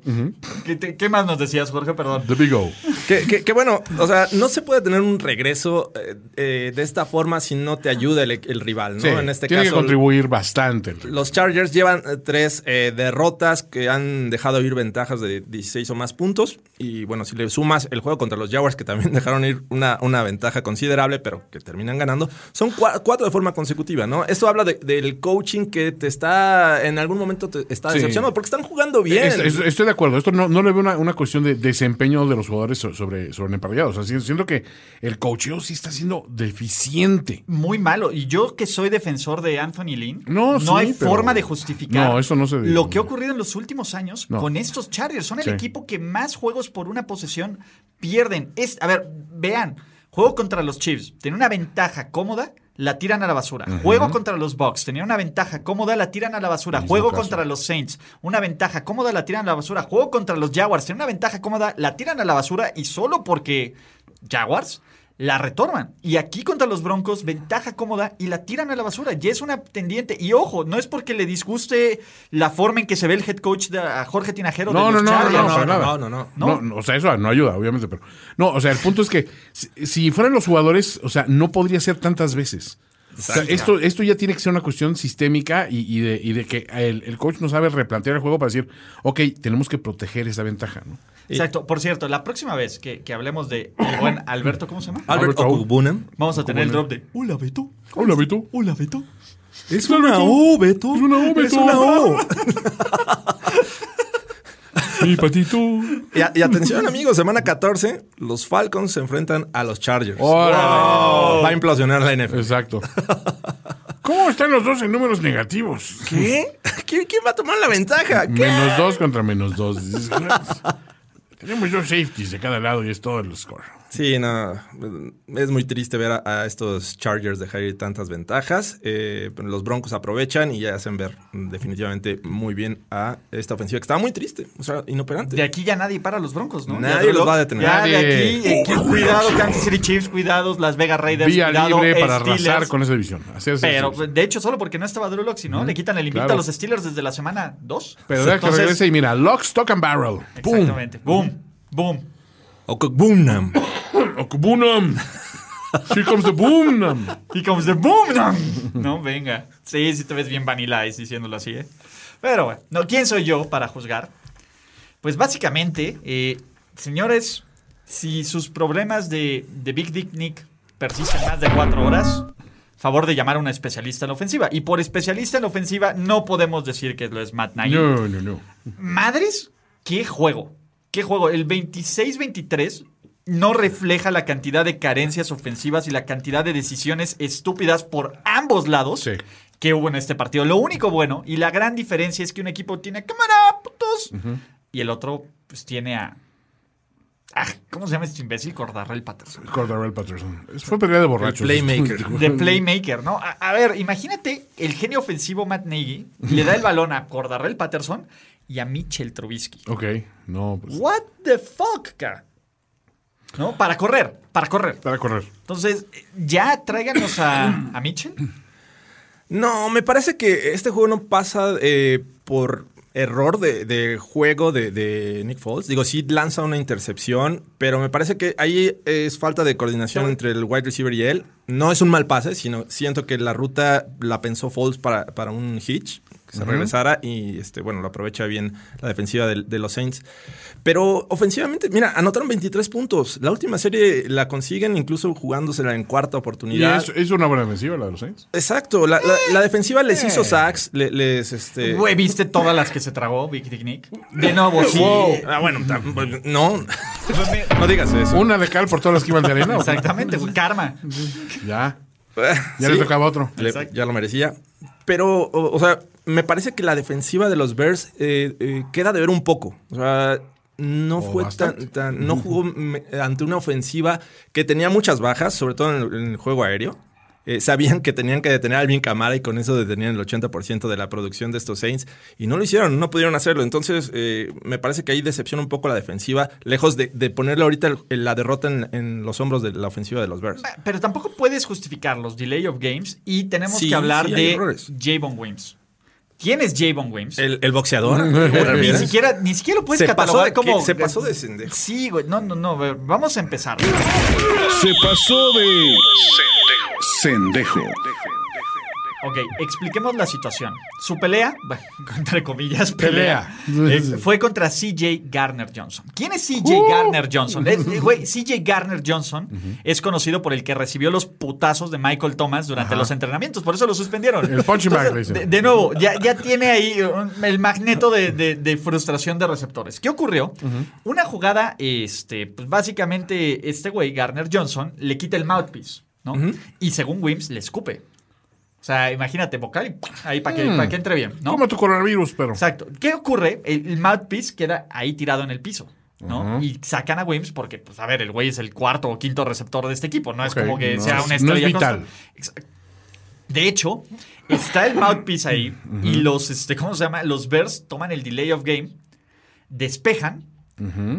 ¿qué, te- qué más nos decías, Jorge? Perdón. The Big O. Que, que- que bueno, o sea, no se puede tener un regreso eh, eh, de esta forma si no te ayuda el, el rival, ¿no? Sí, en este tiene que caso, contribuir bastante. Los Chargers llevan eh, tres eh, derrotas que han dejado ir ventajas de 16 o más puntos. Y bueno, si le sumas el juego contra los Jaguars, que también dejaron ir una, una ventaja considerable, pero que terminan ganando, son cua- cuatro de forma consecutiva, ¿no? Esto habla de- del coaching que te está, en algún momento te está Sí. decepcionando, porque están jugando bien. Es- es- estoy de acuerdo. Esto no, no le veo una, una cuestión de desempeño de los jugadores so- sobre, sobre emparellados. O sea, si- siento que el coacheo sí está siendo deficiente. Muy malo. Y yo que soy defensor de Anthony Lynn, No, sí, hay pero- forma de justificar No, eso no se dice. lo que ha ocurrido en los últimos años No. con estos Chargers. Son el Sí. equipo que más juegos por una posesión pierden. Es, a ver, vean, juego contra los Chiefs, tiene una ventaja cómoda. La tiran a la basura. Juego contra los Bucks. Tenía una ventaja cómoda, la tiran a la basura. Juego caso. contra los Saints. Una ventaja cómoda, la tiran a la basura. Juego contra los Jaguars. Tenía una ventaja cómoda, la tiran a la basura y solo porque Jaguars la retoman. Y aquí contra los Broncos, ventaja cómoda y la tiran a la basura. Ya es una tendiente. Y ojo, no es porque le disguste la forma en que se ve el head coach de, a Jorge Tinajero. No, de los no, no, Chargers. no, no, para nada. no, no, no. No, no, o sea, eso no ayuda, obviamente, pero. No, o sea, el punto es que si, si fueran los jugadores, o sea, no podría ser tantas veces. O sea, esto, esto ya tiene que ser una cuestión sistémica y, y de, y de que el, el coach no sabe replantear el juego para decir, ok, tenemos que proteger esa ventaja, ¿no? Exacto. Por cierto, la próxima vez que, que hablemos de el buen Alberto, ¿cómo se llama? Albert Albert O. Okubunam. Vamos a tener el drop de Hola Beto. Hola, Beto. Hola Beto. Es una O, Beto. Es una O, Beto. Es una O. Mi patito. Y, a- y atención, amigos, semana 14, los Falcons se enfrentan a los Chargers. Órale. Va a implosionar la NFL. Exacto. ¿Cómo están los dos en números negativos? ¿Qué? ¿Quién, quién va a tomar la ventaja? ¿Qué? Menos dos contra menos dos. Dices, Tenemos dos safeties de cada lado y es todo el score. Sí, no. Es muy triste ver a, a estos Chargers dejar ir tantas ventajas. Eh, pero los Broncos aprovechan y ya hacen ver mm, definitivamente muy bien a esta ofensiva que estaba muy triste, o sea, inoperante. De aquí ya nadie para los Broncos, ¿no? Nadie Ya los va a detener. Ya de Nadie. aquí, eh, cu- cuidado Kansas City Chiefs, cuidados Las Vegas Raiders, Vía cuidado libre para Steelers. arrasar con esa división. Hacerse Pero, esa pues, división. de hecho, solo porque no estaba Drew Lock, si no, le quitan el invicto claro. a los Steelers desde la semana 2. Pero deja que regrese y mira, lock, stock and barrel. ¡Pum! Exactamente. Boom, boom. O Cookbunam. Okubunam. Here comes the boom. nam. Here comes the boom. nam. No, venga. Sí, sí te ves bien Vanilla Ice diciéndolo así, ¿eh? Pero bueno, no, ¿quién soy yo para juzgar? Pues básicamente, eh, señores, si sus problemas de, de Big Dick Nick persisten más de cuatro horas, favor de llamar a un especialista en la ofensiva. Y por especialista en la ofensiva no podemos decir que lo es Matt Nagy. No, no, no. Madres, qué juego. Qué juego. El 26-23 no refleja la cantidad de carencias ofensivas y la cantidad de decisiones estúpidas por ambos lados Sí. que hubo en este partido. Lo único bueno y la gran diferencia es que un equipo tiene cámara, putos, y el otro pues tiene a. Ah, ¿Cómo se llama este imbécil? Cordarrell Patterson. Cordarrell Patterson. Es- Fue pelea de borrachos. playmaker. De playmaker, ¿no? A, a ver, imagínate el genio ofensivo Matt Nagy le da el balón a Cordarrell Patterson y a Mitchell Trubisky. Ok, no, pues. What the fuck, cara? ¿No? Para correr, para correr. Para correr. Entonces, ya tráiganos a, a Mitchell. No, me parece que este juego no pasa eh, por error de, de juego de, de Nick Foles. Digo, sí lanza una intercepción, pero me parece que ahí es falta de coordinación entre el wide receiver y él. No es un mal pase, sino siento que la ruta la pensó Foles para, para un hitch, que se regresara y, este, bueno, lo aprovecha bien la defensiva del- de, los Saints. Pero ofensivamente, mira, anotaron 23 puntos. La última serie la consiguen incluso jugándosela en cuarta Y oportunidad. es, es una buena ofensiva la de los Saints. Exacto, la, la- la defensiva les hizo sacks, le- les este Eh. Güey, ¿viste todas las que se tragó Big Dick Nick? De nuevo, sí. Ah, bueno, tam- no, no digas eso. Una de cal por todas las que iban de arena. ¿o qué? Exactamente, güey. Karma. Ya. Ya Sí, le tocaba otro. le- Exacto. ya lo merecía. Pero, o, o sea, me parece que la defensiva de los Bears eh, eh, queda de ver un poco. O sea, no fue bastante. tan, tan- no jugó me- ante una ofensiva que tenía muchas bajas, sobre todo en el, en el juego aéreo. Eh, sabían que tenían que detener a Alvin Camara y con eso detenían el 80% de la producción de estos Saints y no lo hicieron, no pudieron hacerlo. Entonces, eh, me parece que ahí decepciona un poco la defensiva, lejos de, de ponerle ahorita el- la derrota en, en los hombros de la ofensiva de los Bears. Pero tampoco puedes justificar los delay of games y tenemos Sí, que hablar sí, hay de errores. Javon Wims. ¿Quién es Javon Wims? El, el boxeador. ni, siquiera, ni siquiera lo puedes Se pasó catalogar de- como. que- se pasó de sendejo. Sí, güey. No, no, no. a ver, Vamos a empezar. Se pasó de. Sendejo. Ok, expliquemos la situación. Su pelea, bueno, entre comillas, pelea, Pelea. Uh. eh, fue contra CJ Garner Johnson. ¿Quién es CJ Garner Johnson? Es- eh, güey, CJ Garner Johnson es conocido por el que recibió los putazos de Michael Thomas durante los entrenamientos, por eso lo suspendieron. El punching bag, le dicen. De, de nuevo, ya, ya tiene ahí eh, un- el magneto de, de- de frustración de receptores. ¿Qué ocurrió? Una jugada, este, pues básicamente este güey, Garner Johnson, le quita el mouthpiece, ¿no? Y según Wims, le escupe. O sea, imagínate, vocal y ¡pum! ahí para que, Mm. pa' que entre bien, ¿no? Como tu coronavirus, pero. Exacto. ¿Qué ocurre? El, el mouthpiece queda ahí tirado en el piso. ¿no? Y sacan a Wims porque, pues, a ver, el güey es el cuarto o quinto receptor de este equipo. No es Ok, como que no sea es- una no es estrella. vital. constante. Exacto. De hecho, está el mouthpiece ahí y los, este, ¿cómo se llama? Los Bears toman el delay of game, despejan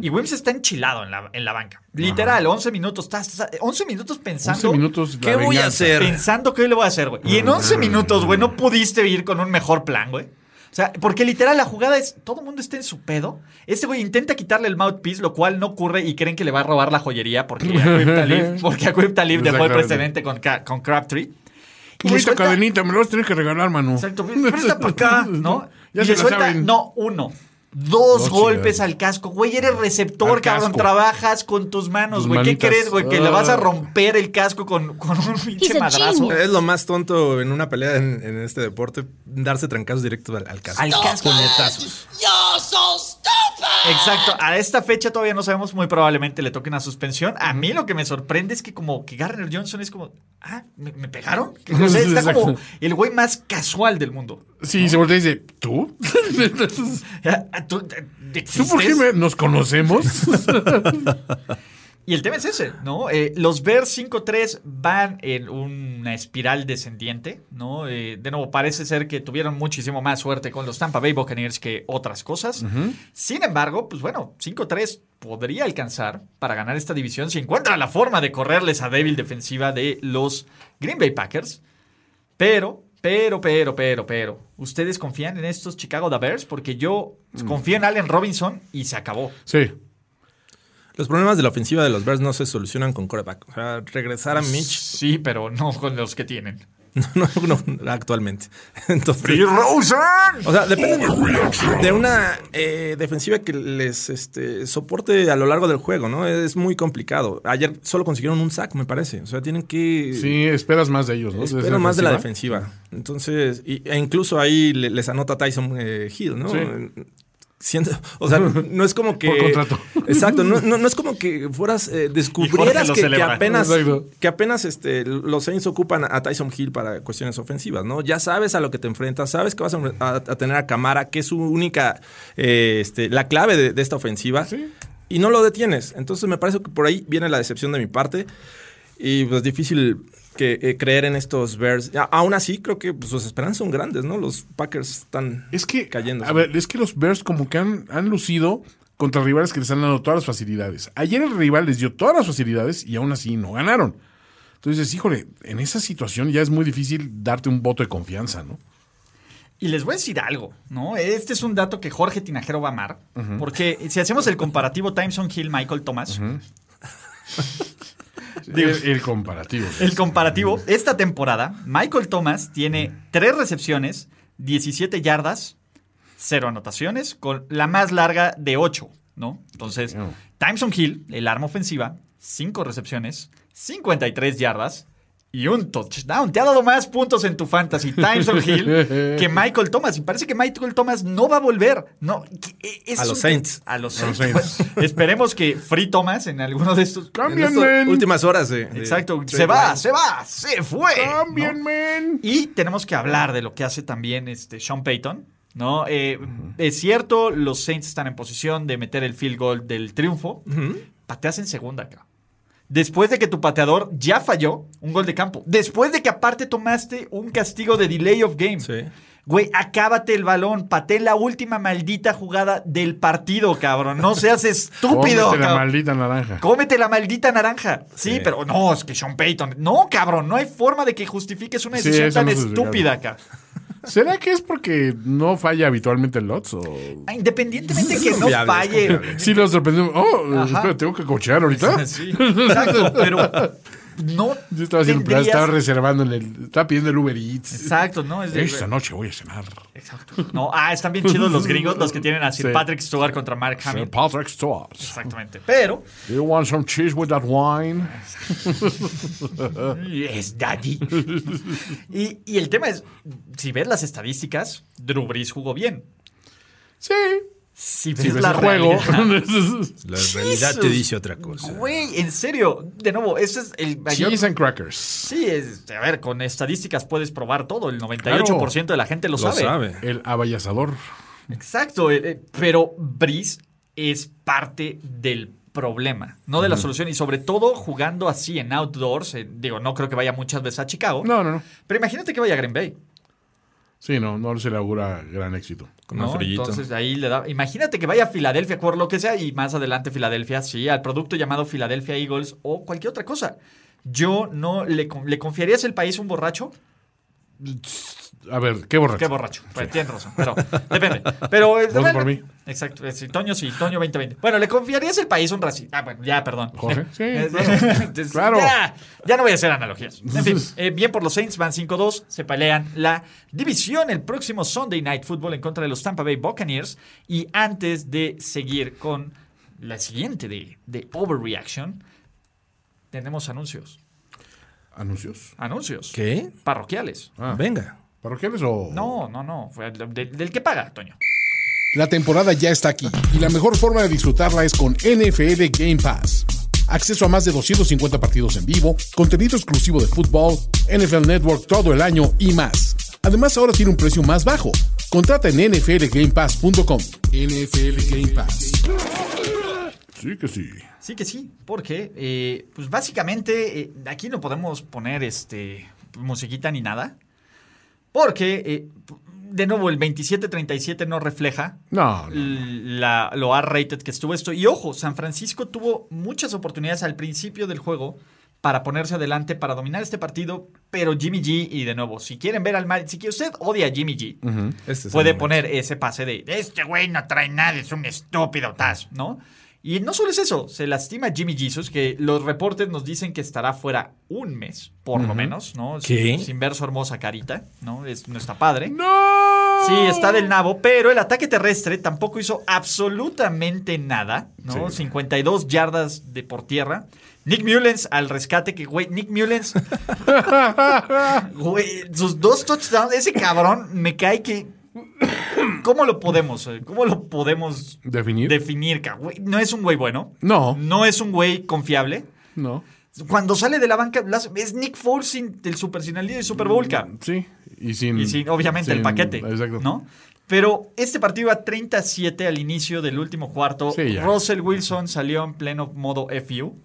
y Wims está enchilado en la, en la banca. Literal, 11 minutos. está- está- 11 minutos pensando. 11 minutos. la ¿Qué voy a venganza. hacer? Pensando que hoy le voy a hacer, güey. Y en 11 minutos, güey, no pudiste ir con un mejor plan, güey. O sea, porque literal la jugada es, todo el mundo está en su pedo. Este güey intenta quitarle el mouthpiece, lo cual no ocurre y creen que le va a robar la joyería porque Aquib Talib, porque Aqib Talib dejó el Exactamente. precedente con, Ca- con Crabtree. Y le Uy, esta suelta- cadenita, me lo vas a tener que regalar, Manu. Exacto, presta para acá, ¿no? Ya y se le la suelta, saben. no, uno. Dos Dos golpes chingados. al casco. Güey, eres receptor, Al cabrón. casco. Trabajas con tus manos, Tus güey. ¿Qué manitas. crees, güey? Que le Ah. vas a romper el casco con, con un pinche He's a madrazo. genius. Es lo más tonto en una pelea en, en este deporte, darse trancazos directos al, al casco. Al casco. Puñetazos. Exacto. A esta fecha todavía no sabemos, muy probablemente le toque una suspensión. A mí lo que me sorprende es que como que Garner Johnson es como, ah, ¿me, me pegaron? O sea, está como el güey más casual del mundo. Sí, se voltea y dice, ¿tú? Ah, ah, ¿Tú, eh, ¿Tú por qué existes? me- nos conocemos? Y el tema es ese, ¿no? Eh, los Bears 5-3 van en una espiral descendiente, ¿no? Eh, de nuevo, parece ser que tuvieron muchísimo más suerte con los Tampa Bay Buccaneers que otras cosas. Sin embargo, pues bueno, 5-3 podría alcanzar para ganar esta división si encuentra la forma de correrles a débil defensiva de los Green Bay Packers. Pero, pero, pero, pero, pero, ¿ustedes confían en estos Chicago Da Bears? Porque yo confío en Allen Robinson y se acabó. sí. los problemas de la ofensiva de los Bears no se solucionan con quarterback. O sea, regresar a Mitch Sí, pero no con los que tienen. no, no, actualmente. Entonces, ¡Free Rosen! o sea, depende de una eh, defensiva que les este, soporte a lo largo del juego, ¿no? Es muy complicado. Ayer solo consiguieron un sack, me parece. O sea, tienen que... Sí, esperas más de ellos, ¿no? Espero más de la defensiva. Entonces, y- e incluso ahí le- les anota Tyson eh, Hill, ¿no? Sí. Siendo, o sea, no es como que. Por contrato. Exacto, no, no- no es como que fueras, eh, Y Jorge descubrieras lo que, que celebra. apenas, Exacto. que apenas este, los Saints ocupan a Tyson Hill para cuestiones ofensivas, ¿no? Ya sabes a lo que te enfrentas, sabes que vas a, enfren- a- a tener a Camara, que es su única, eh, este, la clave de, de esta ofensiva, y no lo detienes. Entonces me parece que por ahí viene la decepción de mi parte. Y pues difícil que, eh, creer en estos Bears. A- aún así, creo que pues, sus esperanzas son grandes, ¿no? Los Packers están Es que, cayendo. a ver, es que los Bears como que han, han lucido contra rivales que les han dado todas las facilidades. Ayer el rival les dio todas las facilidades y aún así no ganaron. Entonces, híjole, en esa situación ya es muy difícil darte un voto de confianza, ¿no? Y les voy a decir algo, ¿no? Este es un dato que Jorge Tinajero va a amar. Porque si hacemos el comparativo Timeson Hill, Michael Thomas, Digo- el, el comparativo. el comparativo, esta temporada, Michael Thomas tiene tres recepciones, 17 yardas, cero anotaciones, con la más larga de 8, ¿no? Entonces, Timeson Hill, el arma ofensiva, cinco recepciones, 53 yardas. Y un touchdown. Te ha dado más puntos en tu fantasy, Timeson Hill, que Michael Thomas. Y parece que Michael Thomas no va a volver. No, que- e- es A los un- Saints. A los A los Saints. Esperemos que Free Thomas en alguno de estos. En estas ¡Cámbienme! últimas horas. de- de Exacto, trade se va, line. se va, se fue. ¿no? ¡Cámbienme! Y tenemos que hablar de lo que hace también este Sean Payton, ¿no? Eh, Es cierto, los Saints están en posición de meter el field goal del triunfo. Pateas en segunda acá. Después de que tu pateador ya falló un gol de campo. Después de que aparte tomaste un castigo de delay of game. Sí. Güey, acábate el balón. Pateé la última maldita jugada del partido, cabrón. No seas estúpido, Cómete la cabrón. maldita naranja. Cómete la maldita naranja. Sí, Sí. pero no, es que Sean Payton. No, cabrón, no hay forma de que justifiques una Sí, decisión eso tan no es estúpida acá. ¿Será que es porque no falla habitualmente el Lots? O... Ah, Independientemente que Es no confiable, es falle. Sí, los sorprendimos. Oh, Ajá. espera, tengo que cochear ahorita. Sí, exacto, pero no. Yo estaba, haciendo- tendrías- estaba reservando, en el- estaba pidiendo el Uber Eats. Exacto, no es de. Esta noche voy a cenar. Exacto. No, ah, están bien chidos los gringos los que tienen a Sir Sí. Patrick Stewart contra Mark Sir Hamill. Patrick Stewart. Exactamente. Pero Do you want some cheese with that wine? es daddy. Y, y el tema es, si ves las estadísticas, Drew Brees jugó bien. Sí. Si ves, Si ves la el juego. realidad- La realidad te Jesus. dice otra cosa. Güey, en serio, de nuevo, ese es el mayor... cheese and crackers. Sí, es- a ver, con estadísticas puedes probar todo, el 98% de la gente lo, Lo sabe. sabe. El abayazador. Exacto, eh, eh, pero Breeze es parte del problema, no de la solución, y sobre todo jugando así en outdoors, eh, digo, no creo que vaya muchas veces a Chicago, No, no, no. pero imagínate que vaya a Green Bay. Sí, no, no se le augura gran éxito. Con ¿no? un frillito. Entonces ahí le da. Imagínate que vaya a Filadelfia, por lo que sea, y más adelante Filadelfia, sí, al producto llamado Philadelphia Eagles o cualquier otra cosa. Yo no le, con- ¿le confiarías el país a un borracho. A ver, qué borracho. Qué borracho. Pues, tienes razón, pero depende. Pero eh, Voto bueno, por mí. Exacto. eh, Sí, Toño, sí, Toño 2020. Bueno, ¿le confiarías el país a un racista? Ah, bueno, ya, perdón. Jorge. Sí, Eh, claro. entonces, Claro. Ya, ya no voy a hacer analogías. En fin, eh, bien por los Saints, van 5-2, se pelean la división el próximo Sunday Night Football en contra de los Tampa Bay Buccaneers. Y antes de seguir con la siguiente de, de Overreaction, tenemos anuncios. ¿Anuncios? Anuncios. ¿Qué? Parroquiales. Ah. Venga. ¿Parroquiales o...? No, no, no. fue del- del- del que paga, Toño. La temporada ya está aquí y la mejor forma de disfrutarla es con NFL Game Pass. Acceso a más de 250 partidos en vivo, contenido exclusivo de fútbol, NFL Network todo el año y más. Además ahora tiene un precio más bajo. Contrata en nflgamepass.com. NFL Game Pass. Sí que sí. Sí que sí, porque eh, pues básicamente eh, aquí no podemos poner este musiquita ni nada, porque eh, de nuevo el 27-37 no refleja No, no. la- lo R-rated que estuvo esto. Y ojo, San Francisco tuvo muchas oportunidades al principio del juego para ponerse adelante, para dominar este partido, pero Jimmy G, y de nuevo, si quieren ver al mal, si que usted odia a Jimmy G, Este es el puede momento. poner ese pase de este güey no trae nada, es un estúpido Taz, ¿no? Y no solo es eso, se lastima Jimmy Jesus, que los reportes nos dicen que estará fuera un mes, por lo menos, ¿no? ¿Qué? Sin ver su hermosa carita, ¿no? Es, no está padre. Sí, está del nabo, pero el ataque terrestre tampoco hizo absolutamente nada, ¿no? 52 yardas de por tierra. Nick Mullens al rescate, que güey, Nick Mullens, güey, sus dos touchdowns, ese cabrón me cae que... ¿Cómo lo podemos? eh? ¿Cómo lo podemos ¿Definir? definir? ca- güey? No es un güey bueno. No. No es un güey confiable. no. Cuando sale de la banca, las- es Nick Foles sin- del Super sin el líder del Super Bowl, ca. Sí. Y sin. Y sí, obviamente el sin- paquete. Mm. Exacto. ¿No? Pero este partido iba 37 al inicio del último cuarto. Sí, ya. Russell Wilson salió en pleno modo FU.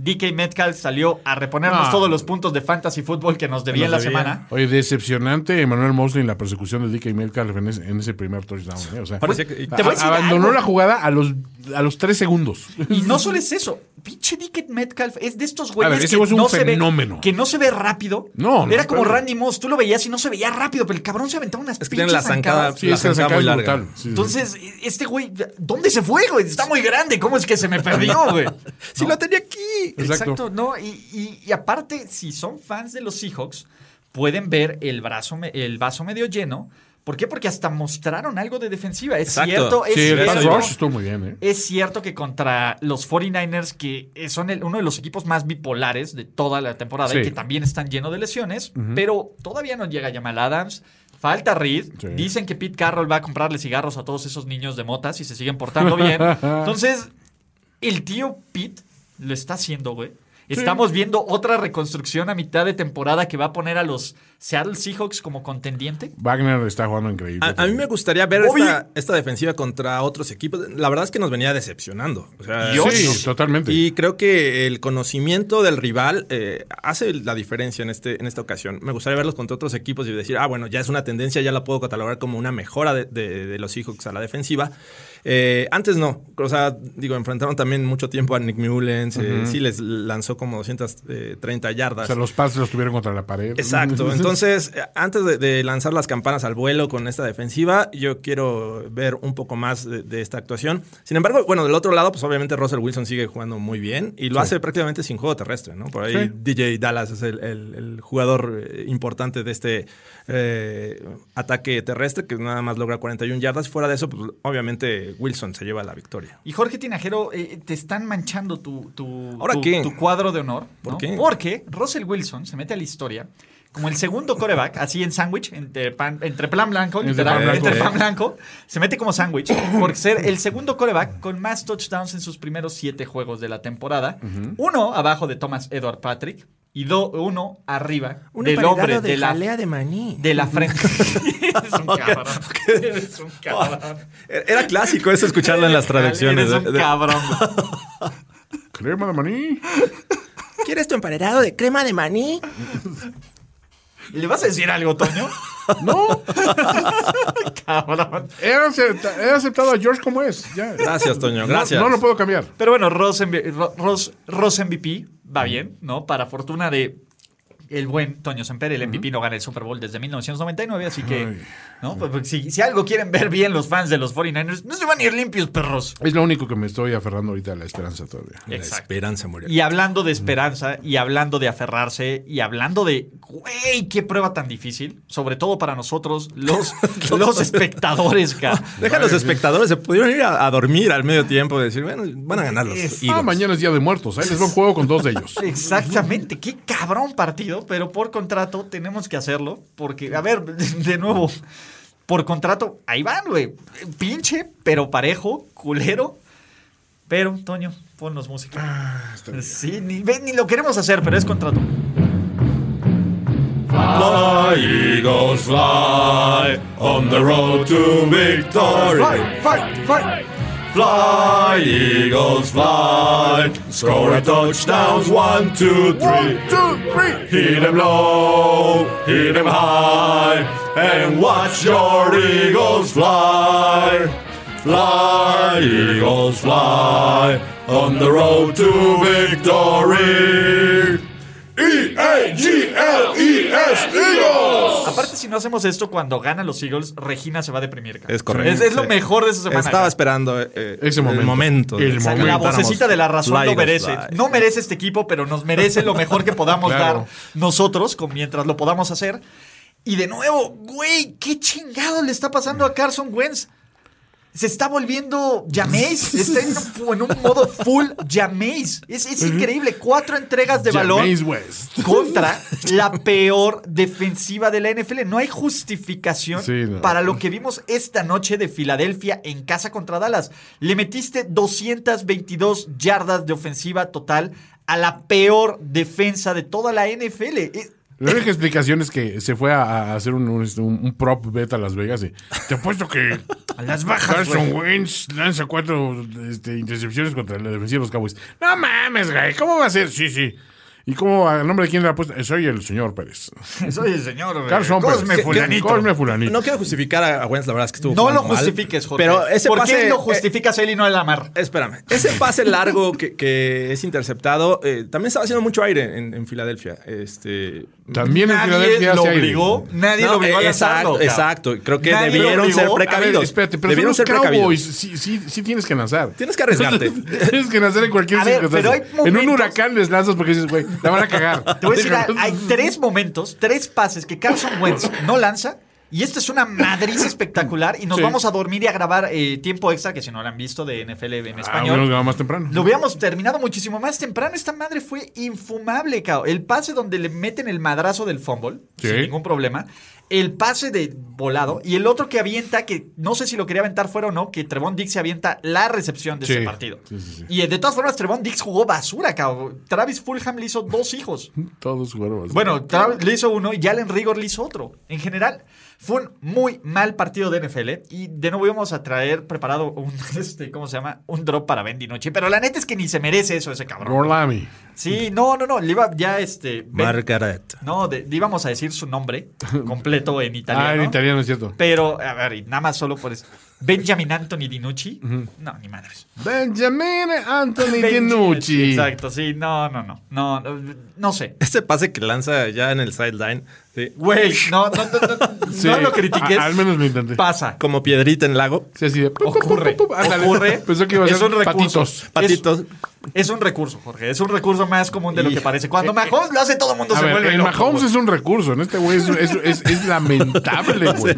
DK Metcalf salió a reponernos Ah. todos los puntos de fantasy fútbol que nos debía en la debía. semana. Oye, decepcionante Emmanuel Mosley en la persecución de DK Metcalf en ese, en ese primer touchdown. ¿eh? O sea, Parecía que- a- Te voy a decir abandonó Pues algo. la jugada a los, a los tres segundos. Y no solo es eso, pinche Dickett Metcalf es de estos A güeyes ver, ese que, güey es un no se ve- fenómeno. que no se ve rápido. No, no, Era como claro. Randy Moss, tú lo veías y no se veía rápido, pero el cabrón se aventaba unas Es que tiene pinches la zancada, zancadas. Sí, la esa zancada sacada muy es larga. brutal. Sí, sí, sí. Entonces, este güey, ¿dónde se fue, güey? Está muy grande, ¿cómo es que se me perdió, güey? Si lo tenía aquí. Exacto. Exacto. no, y, y- y aparte, si son fans de los Seahawks, pueden ver el, brazo me- el vaso medio lleno. ¿Por qué? Porque hasta mostraron algo de defensiva. Es Exacto. cierto, es sí, el cierto. pass rush estuvo muy bien, ¿eh? Es cierto que contra los 49ers, que son el- uno de los equipos más bipolares de toda la temporada y Sí. que también están llenos de lesiones, pero todavía no llega Jamal Adams. Falta Reed. Sí. Dicen que Pete Carroll va a comprarle cigarros a todos esos niños de mota si se siguen portando bien. Entonces, el tío Pete lo está haciendo, güey. Estamos viendo otra reconstrucción a mitad de temporada que va a poner a los Seattle Seahawks como contendiente. Wagner está jugando increíble. A, a mí me gustaría ver Obvio. esta, esta defensiva contra otros equipos. La verdad es que nos venía decepcionando. O sea, Dios. Sí, totalmente. Y creo que el conocimiento del rival eh, hace la diferencia en, este, en esta ocasión. Me gustaría verlos contra otros equipos y decir, ah, bueno, ya es una tendencia, ya la puedo catalogar como una mejora de, de- de los Seahawks a la defensiva. Eh, antes no. O sea, digo, enfrentaron también mucho tiempo a Nick Mullens. eh, sí, les lanzó como 230 yardas. o sea, los pases los tuvieron contra la pared. Mm. Exacto. Entonces, eh, antes de, de lanzar las campanas al vuelo con esta defensiva, yo quiero ver un poco más de, de esta actuación. Sin embargo, bueno, del otro lado, pues obviamente Russell Wilson sigue jugando muy bien y lo hace prácticamente sin juego terrestre, ¿no? Por ahí Sí. DJ Dallas es el, el- el jugador eh, importante de este eh, ataque terrestre que nada más logra 41 yardas. Fuera de eso, pues obviamente Wilson se lleva la victoria. Y Jorge Tinajero, eh, te están manchando tu, tu, ¿Ahora tu- qué? tu cuadro de honor. ¿Por ¿no? qué? Porque Russell Wilson se mete a la historia como el segundo coreback, así en sándwich, entre, pan- entre plan blanco, Entre literal, pan blanco. ¿eh? entre pan blanco, se mete como sándwich por ser el segundo coreback con más touchdowns en sus primeros siete juegos de la temporada. Uno abajo de Thomas Edward Patrick y do- uno arriba del hombre de, la, de maní. de la frente. Eres un cabrón. Eres un cabrón. E-, Era clásico eso escucharlo en las traducciones. ¿eh? Eres un De- de- cabrón. güey. Crema de maní. ¿Quieres tu emparedado de crema de maní? ¿Le vas a decir algo, Toño? No, Cabrón. he, acepta- he aceptado a George como es. ya. Gracias, Toño, gracias. No, no lo puedo cambiar. Pero bueno, Ross, MV- Ro- Ross- Ross MVP va bien, ¿no? Para fortuna de el buen Toño Semper, el MVP no gana el Super Bowl desde 1999, así que, ¿no? Pues, pues, si, si algo quieren ver bien los fans de los 49ers, no se van a ir limpios, perros. Es lo único que me estoy aferrando ahorita a la esperanza todavía. La Exacto. esperanza murió. Y hablando de esperanza, y hablando de aferrarse, y hablando de, güey, qué prueba tan difícil, sobre todo para nosotros, los, los espectadores, cara. Deja a los espectadores, se pudieron ir a, a dormir al medio tiempo, decir, bueno, van a ganar los Es- Ah, Eagles. mañana es día de muertos. Ahí les va un juego con dos de ellos. Exactamente, qué cabrón partido, pero por contrato tenemos que hacerlo, porque, a ver, de nuevo, por contrato, ahí van, güey, pinche, pero parejo, culero, pero, Toño, ponnos música. Ah, sí, ni, ve, ni lo queremos hacer, pero es contrato. Ah, On the road to victory. Fly, fly, fly. Fly, Eagles, fly. Score touchdowns, one, two, three. Hit them low, hit them high, and watch your eagles fly. Fly, eagles fly, on the road to E victory. E E-A-G-L-E-S, eagles! Aparte, si no hacemos esto cuando ganan los Eagles, Regina se va a deprimir. cabrón. Es correcto. Es, es lo Sí. mejor de esa semana. Estaba cabrón. esperando eh, Ese momento. el momento. El de- O sea, La Comentáramos. vocecita de la razón lo Live, merece. live. No merece este equipo, pero nos merece lo mejor que podamos Claro. dar nosotros con- mientras lo podamos hacer. Y de nuevo, güey, qué chingado le está pasando a Carson Wentz. Se está volviendo Jameis. Está en, un- en un modo full Jameis. Es, es increíble. Cuatro entregas de valor James West. contra la peor defensiva de la NFL. No hay justificación Sí, no. para lo que vimos esta noche de Filadelfia en casa contra Dallas. Le metiste 222 yardas de ofensiva total a la peor defensa de toda la NFL. Eh, La única explicación es que se fue a, a hacer un, un- un- un prop bet a Las Vegas. y te apuesto que A las bajas, Carson güey. Wentz lanza cuatro este, intercepciones contra la defensiva de los Cowboys. No mames, güey. ¿Cómo va a ser? Sí, sí. ¿Y cómo, a nombre de quién le apuesta? Eh, Soy el señor Pérez. Soy el señor. eh, Carson Pérez. Cosme ¿Qué- qué- Fulanito. Cosme Fulanito. Pues, No quiero justificar a a Wentz, la verdad es que estuvo No lo jugando mal, justifiques, Jorge. Pero ese ¿Por pase qué lo eh, justificas él y no el Amar? Espérame, ese pase largo que, que es interceptado, eh, también estaba haciendo mucho aire en, en Filadelfia. Este, También en Nadie Filadelfia lo hace aire. obligó. Nadie No, lo obligó a eh, lanzarlo, exacto, cabrón. exacto. Creo que Nadie lo debieron obligó. ser A ver, precavidos. espérate, pero debieron son ser los Cowboys. precavidos. Sí, sí, sí tienes que lanzar. Tienes que arriesgarte. Tienes que lanzar en cualquier A ver, pero circunstancia. hay En un momentos- huracán les lanzas porque dices, güey, la van a cagar. Te voy a decir, hay- hay tres momentos, tres pases que Carson Wentz no lanza. Y esta es una madriz espectacular. Y nos Sí. vamos a dormir y a grabar eh, tiempo extra, que si no lo han visto, de NFL en Ah, hubiéramos español. ganado más temprano. lo hubiéramos terminado muchísimo más temprano. Esta madre fue infumable, cao. El pase donde le meten el madrazo del fumble, Sí. sin ningún problema. El pase de volado. Y el otro que avienta, que no sé si lo quería aventar fuera o no, que Trevon Dix se avienta la recepción de Sí. ese partido. Sí, sí, sí. Y eh, de todas formas, Trevon Dix jugó basura, cao. Travis Fulham le hizo dos hijos. Todos jugaron. así. Bueno, Travis le hizo uno y Jalen Rigor le hizo otro. En general, fue un muy mal partido de NFL. ¿eh? Y de nuevo íbamos a traer preparado un, este, ¿cómo se llama? Un drop para Bendy Noche. Pero la neta es que ni se merece eso ese cabrón. Gorlami. Sí, no, no, no. Le iba ya este. Ben- Margaret. No, de- le íbamos a decir su nombre completo en italiano. Ah, en italiano es cierto. Pero, a ver, y nada más solo por eso. Benjamin Anthony Dinucci. No, ni madres. Benjamin Anthony Benji- Dinucci. Exacto, sí, no, no, no. No, no, no sé. Ese pase que lanza ya en el sideline, sí, Güey, no, no, no, no, Sí, no lo critiques. a- al menos lo intenté. Pasa. como piedrita en lago. Sí, así de. pum, pum, Ocurre. pum, pum. Ándale. ocurre. Pensó que iba a Es ser un recurso. patitos. Patitos. Es un recurso, Jorge. Es un recurso más común de lo que parece. Cuando Mahomes lo hace, todo el mundo A se ver, vuelve. el loco, Mahomes güey. es un recurso. En este güey es, es, es- es lamentable, güey.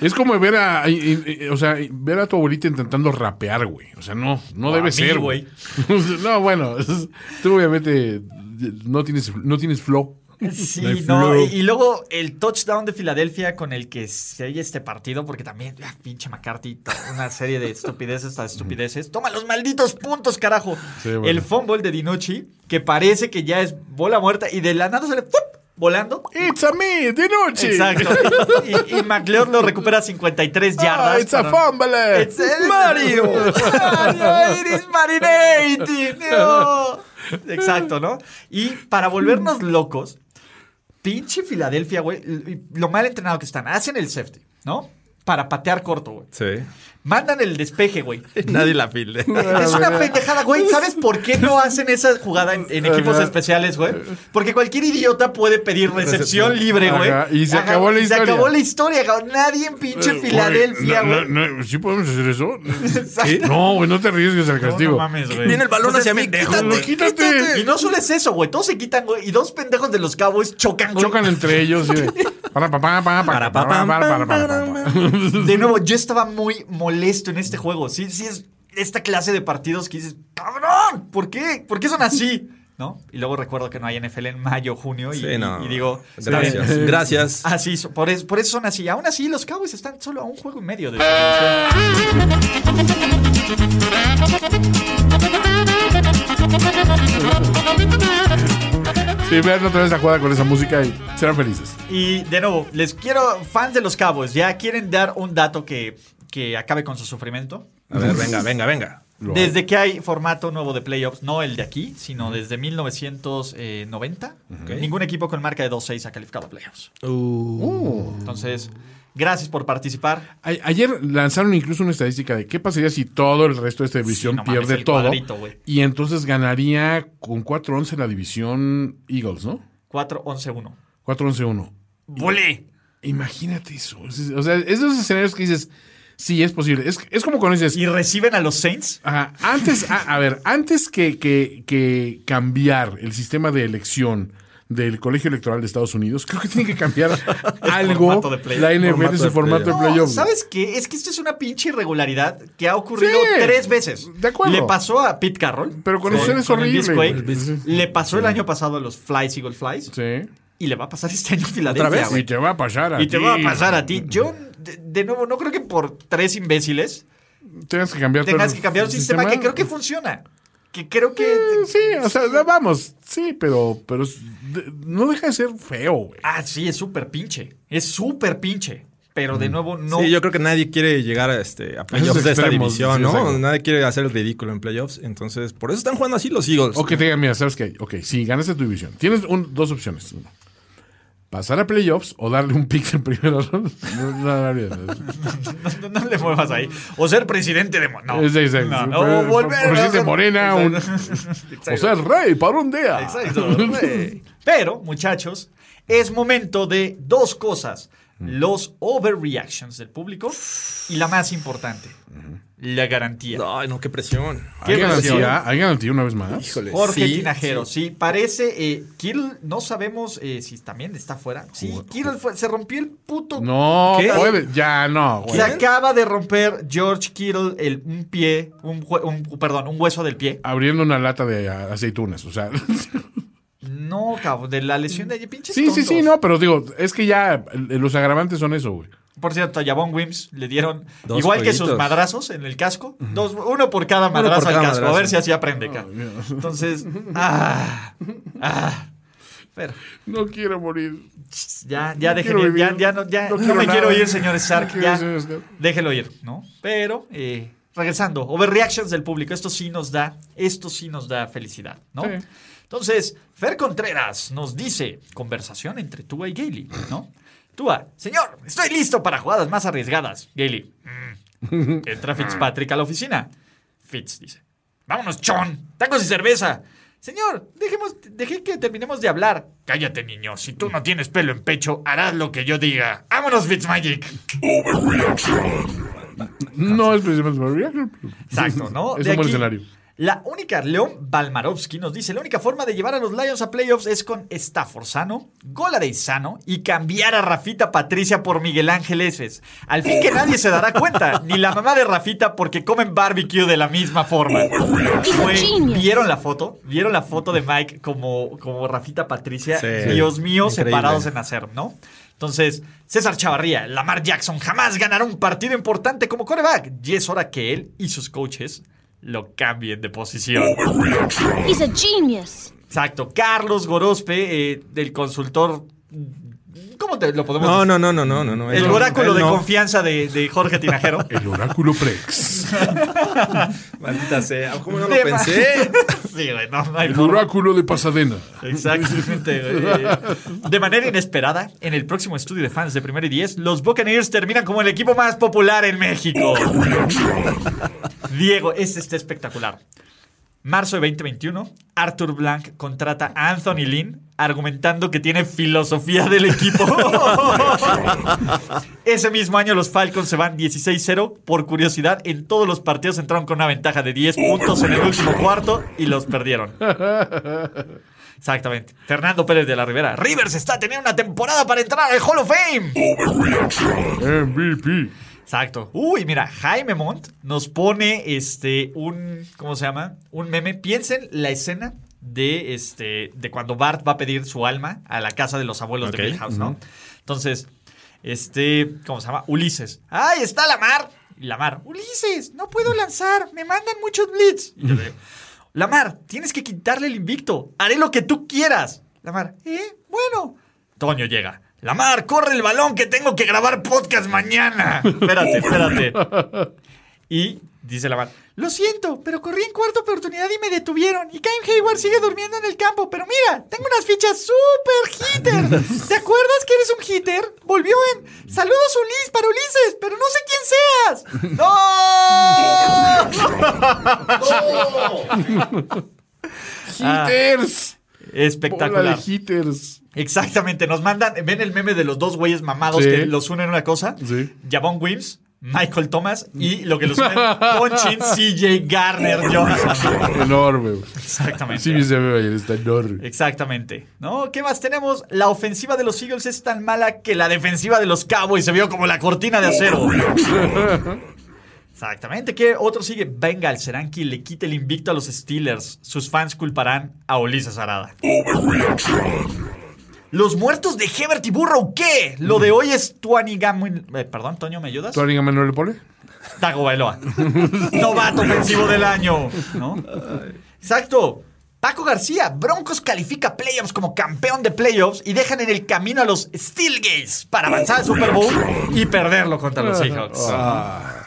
Es como ver a, y- y- y- o sea, ver a tu abuelita intentando rapear, güey. O sea, no, no A debe mí, ser, güey. No, bueno, tú obviamente no tienes, no tienes flow. No hay Sí, no. flow. Y, y luego el touchdown de Filadelfia con el que se oye este partido, porque también, ah, pinche McCarthy, to- una serie de estupideces tras estupideces. Toma los malditos puntos, carajo. Sí, bueno. El fumble de Dinucci, que parece que ya es bola muerta y de la nada sale ¡fup! volando. It's a me, de noche. Exacto. Y, y McLeod lo recupera a 53 yardas. Ah, it's a para- fumble. It's a- Mario. Mario, it is marinating. No. Exacto, ¿no? Y para volvernos locos, pinche Filadelfia, güey, l- lo mal entrenado que están. Hacen el safety, ¿no? Para patear corto, güey. Sí. Mandan el despeje, güey. Nadie la filde. Ah, Es una pendejada, güey. ¿Sabes por qué no hacen esa jugada en, en equipos especiales, güey? Porque cualquier idiota puede pedir recepción libre, güey. Ajá, y se acabó la y Se historia. Eh, acabó la historia, cabrón. Nadie en pinche Güey, Filadelfia, no, güey. no, no, ¿Sí podemos hacer eso? Exacto. No, güey, no te arriesgues al castigo. No, no mames, güey. Viene el balón Entonces, hacia mí. Pues pendejo, Quítate, güey. quítate. Y no solo es eso, güey. Todos se quitan, güey. Y dos pendejos de los Cowboys chocan, güey. Chocan entre ellos. sí, güey. Para, pa, pa, pa, para, pa, pa, para, para, para, para. De nuevo, yo estaba muy molesto en este juego. Sí, sí, es esta clase de partidos que dices, cabrón, ¿por qué? ¿Por qué son así? ¿No? Y luego recuerdo que no hay NFL en mayo, junio. Y, Sí, no. y digo, está bien. gracias. Gracias. Así, so- por, es- por eso son así. Aún así, los Cowboys están solo a un juego y medio de Sí, vean otra vez la jugada con esa música y serán felices. Y de nuevo, les quiero, fans de los Cowboys, ¿ya quieren dar un dato que, que acabe con su sufrimiento? A ver, venga, venga, venga. Lo- Desde que hay formato nuevo de playoffs, no el de aquí, sino desde 1990, ningún equipo con marca de 2-6 ha calificado a playoffs. Uh. Entonces, gracias por participar. A- ayer lanzaron incluso una estadística de qué pasaría si todo el resto de esta división Sí, no mames, pierde el todo. cuadrito, güey. y entonces ganaría con 4-11 la división Eagles, ¿no? 4-11-1. 4-11-1. ¡Volé! Imagínate eso. O sea, esos escenarios que dices, sí, es posible. Es, es como cuando dices. ¿Y reciben a los Saints? Ajá, antes, a, a ver, antes que, que- que cambiar el sistema de elección del Colegio Electoral de Estados Unidos, creo que tiene que cambiar algo formato de playoff. la NFL de Formato de su formato de No, playoff. ¿Sabes qué? Es que esto es una pinche irregularidad que ha ocurrido Sí. tres veces. De acuerdo. Le pasó a Pete Carroll. Pero con los seres con el horrible. Bisquake. El Bisquake. Le pasó el año pasado a los Flies, Eagle Flies. Sí. Y le va a pasar este año a Filadelfia. güey. Y te va a pasar a Y te ti. va a pasar a ti. Yo, de, de nuevo, no creo que por tres imbéciles Tengas que cambiar todo tengas el que cambiar un sistema, que creo que funciona. Que creo que... Eh, Sí, o sea, no, vamos, sí, pero, pero es- de- no deja de ser feo, güey. Ah, sí, es súper pinche. Es súper pinche. Pero Mm. de nuevo, no... Sí, yo creo que nadie quiere llegar a, este, a Esos playoffs de esta extremos, división, sí, exacto. ¿no? Nadie quiere hacer el ridículo en playoffs. Entonces, por eso están jugando así los Eagles. O que te digan, mira, ¿sabes qué? Ok, sí, ganaste tu división. Tienes un- dos opciones. Uno, pasar a playoffs o darle un pick en primera ronda. No, no, no, no, no. No, no le muevas ahí. O ser presidente de Morena. No. Es- es- es- No, por- no, por- o volver por a si es de ser- Morena, un- Exacto. O sea, es rey para un día. Exacto, güey. Pero, muchachos, es momento de dos cosas. Mm. Los overreactions del público y la más importante, la garantía. Ay, no, qué presión. ¿Qué ¿Hay versión? garantía? ¿Hay garantía una vez más? Híjole. Jorge sí, Tinajero, sí, parece eh, Kittle, no sabemos eh, si también está fuera. Sí, Kittle fue- se rompió el puto No, ¿Qué? puede. Ya, no, güey. Se acaba de romper George Kittle el, un pie, un, jue- un- perdón, un hueso del pie. Abriendo una lata de a- aceitunas, o sea. No, cabrón, de la lesión de pinches Sí, sí, sí, tontos. no, pero digo, es que ya eh, los agravantes son eso, güey. Por cierto, a Javon Wims le dieron, Dos igual que sus jueguitos. madrazos en el casco, dos, uno por cada madrazo por al cada casco, a madrazo. ver si así aprende. ca. Entonces, ah, ah, pero No quiero morir. ya, ya No dejen quiero ir, ya, vivir. ya no, ya, No no, quiero me nada. quiero ir, señor Stark, quiero ya, ir, señor Stark. déjelo ir, ¿no? Pero, eh, regresando, overreactions del público, esto sí nos da, esto sí nos da felicidad, ¿no? Sí. Entonces, Fer Contreras nos dice, conversación entre Tua y Gailey, ¿no? Tua, señor, estoy listo para jugadas más arriesgadas. Gailey, mm. entra Fitzpatrick a la oficina. Fitz dice, vámonos, chon, tacos y cerveza. Señor, dejemos, dejé que terminemos de hablar. Cállate, niño, si tú no tienes pelo en pecho, harás lo que yo diga. Vámonos, Fitzmagic. No es precisamente overreaction. Exacto, ¿no? Es De un buen aquí, escenario. La única, León Balmarovsky nos dice, la única forma de llevar a los Lions a playoffs es con Stafford sano, Goladay sano y cambiar a Rafita Patricia por Miguel Ángel Eses. Al fin que nadie se dará cuenta, ni la mamá de Rafita porque comen barbecue de la misma forma. Güey, Genius. ¿Vieron la foto? ¿Vieron la foto de Mike como, como Rafita Patricia? Sí. Dios mío, Increíble. separados en hacer, ¿no? Entonces, César Chavarría, Lamar Jackson jamás ganará un partido importante como coreback. Y es hora que él y sus coaches lo cambien de posición. He's a genius. Exacto. Carlos Gorospe, eh, del consultor. ¿Cómo te lo podemos No, decir? no, no, no, no, no. no. El No, oráculo él de no. confianza de, de Jorge Tinajero. El oráculo Prex. Maldita sea, ¿cómo no lo De- pensé? sí, güey, no, no hay El forma. oráculo de Pasadena. Exactamente. güey. De manera inesperada, en el próximo estudio de fans de Primera y Diez, los Buccaneers terminan como el equipo más popular en México. Diego, este está espectacular. Marzo de 2021, Arthur Blank contrata a Anthony Lynn argumentando que tiene filosofía del equipo. Ese mismo año los Falcons se van 16-0. Por curiosidad, en todos los partidos entraron con una ventaja de 10 puntos en el último cuarto y los perdieron. Exactamente. Fernando Pérez de la Rivera. Rivers está teniendo una temporada para entrar al Hall of Fame. MVP. Exacto. Uy, mira, Jaime Mont nos pone este un ¿cómo se llama? Un meme. Piensen la escena de este de cuando Bart va a pedir su alma a la casa de los abuelos Ok. de Milhouse, ¿no? Entonces, este, ¿cómo se llama? Ulises. ¡Ay, está la mar! Y la mar. Ulises, no puedo lanzar. Me mandan muchos blitz. Y yo le digo, Lamar, tienes que quitarle el invicto. Haré lo que tú quieras. Lamar, ¿eh? Bueno. Toño llega. Lamar, corre el balón que tengo que grabar podcast mañana. Espérate, espérate. Y dice Lamar, lo siento, pero corrí en cuarta oportunidad y me detuvieron. Y Kyle Hayward sigue durmiendo en el campo, pero mira, tengo unas fichas super hitter. ¿Te acuerdas que eres un hitter? Volvió en saludos Ulises para Ulises, pero no sé quién seas. ¡No! Ah, Hitters. Espectacular. Bola de hitters. Exactamente, nos mandan, ven el meme de los dos güeyes mamados Sí. que los unen una cosa. Sí. Javon Wims, Michael Thomas y lo que los unen, Ponchin CJ Garner Johnson. Enorme. güey. Exactamente. Sí, se ve ayer, está enorme. Exactamente. ¿No? ¿Qué más tenemos? La ofensiva de los Eagles es tan mala que la defensiva de los Cowboys se vio como la cortina de acero. Exactamente. ¿Qué otro sigue? Bengal, serán quien le quite el invicto a los Steelers. Sus fans culparán a Ulises Arada. Los muertos de Hebert y Burrow, ¿qué? Lo de hoy es Tuani Gamuin. eh, perdón, Toño, ¿me ayudas? ¿Tú alguien Manuel le pone? Tago Bailoa. Novato ofensivo del año. ¿no? Exacto. Paco García, Broncos califica playoffs como campeón de playoffs y dejan en el camino a los Steelgates para avanzar al Super Bowl y perderlo contra los Seahawks.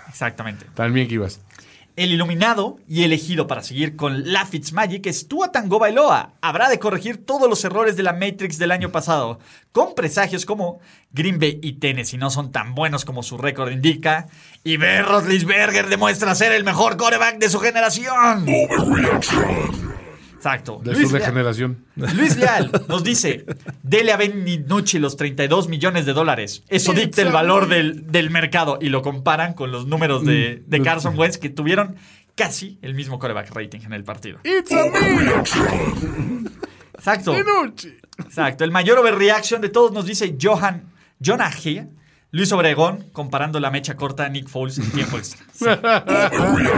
Exactamente. También que ibas. El iluminado y elegido para seguir con la Fitzmagic es Tua Tango Bailoa. Habrá de corregir todos los errores de la Matrix del año pasado, con presagios como Green Bay y Tennessee no son tan buenos como su récord indica, y Ben Roethlisberger demuestra ser el mejor coreback de su generación. Exacto. De Luis su Leal- degeneración. Luis Leal nos dice, dele a Ben Nucci los 32 millones de dólares. Eso dicta el valor del, del mercado. Y lo comparan con los números de, de Carson Wentz que tuvieron casi el mismo coreback rating en el partido. ¡It's a me! Exacto. Exacto. El mayor overreaction de todos nos dice Johan, Jonah G. Luis Obregón comparando la mecha corta a Nick Foles en tiempo extra.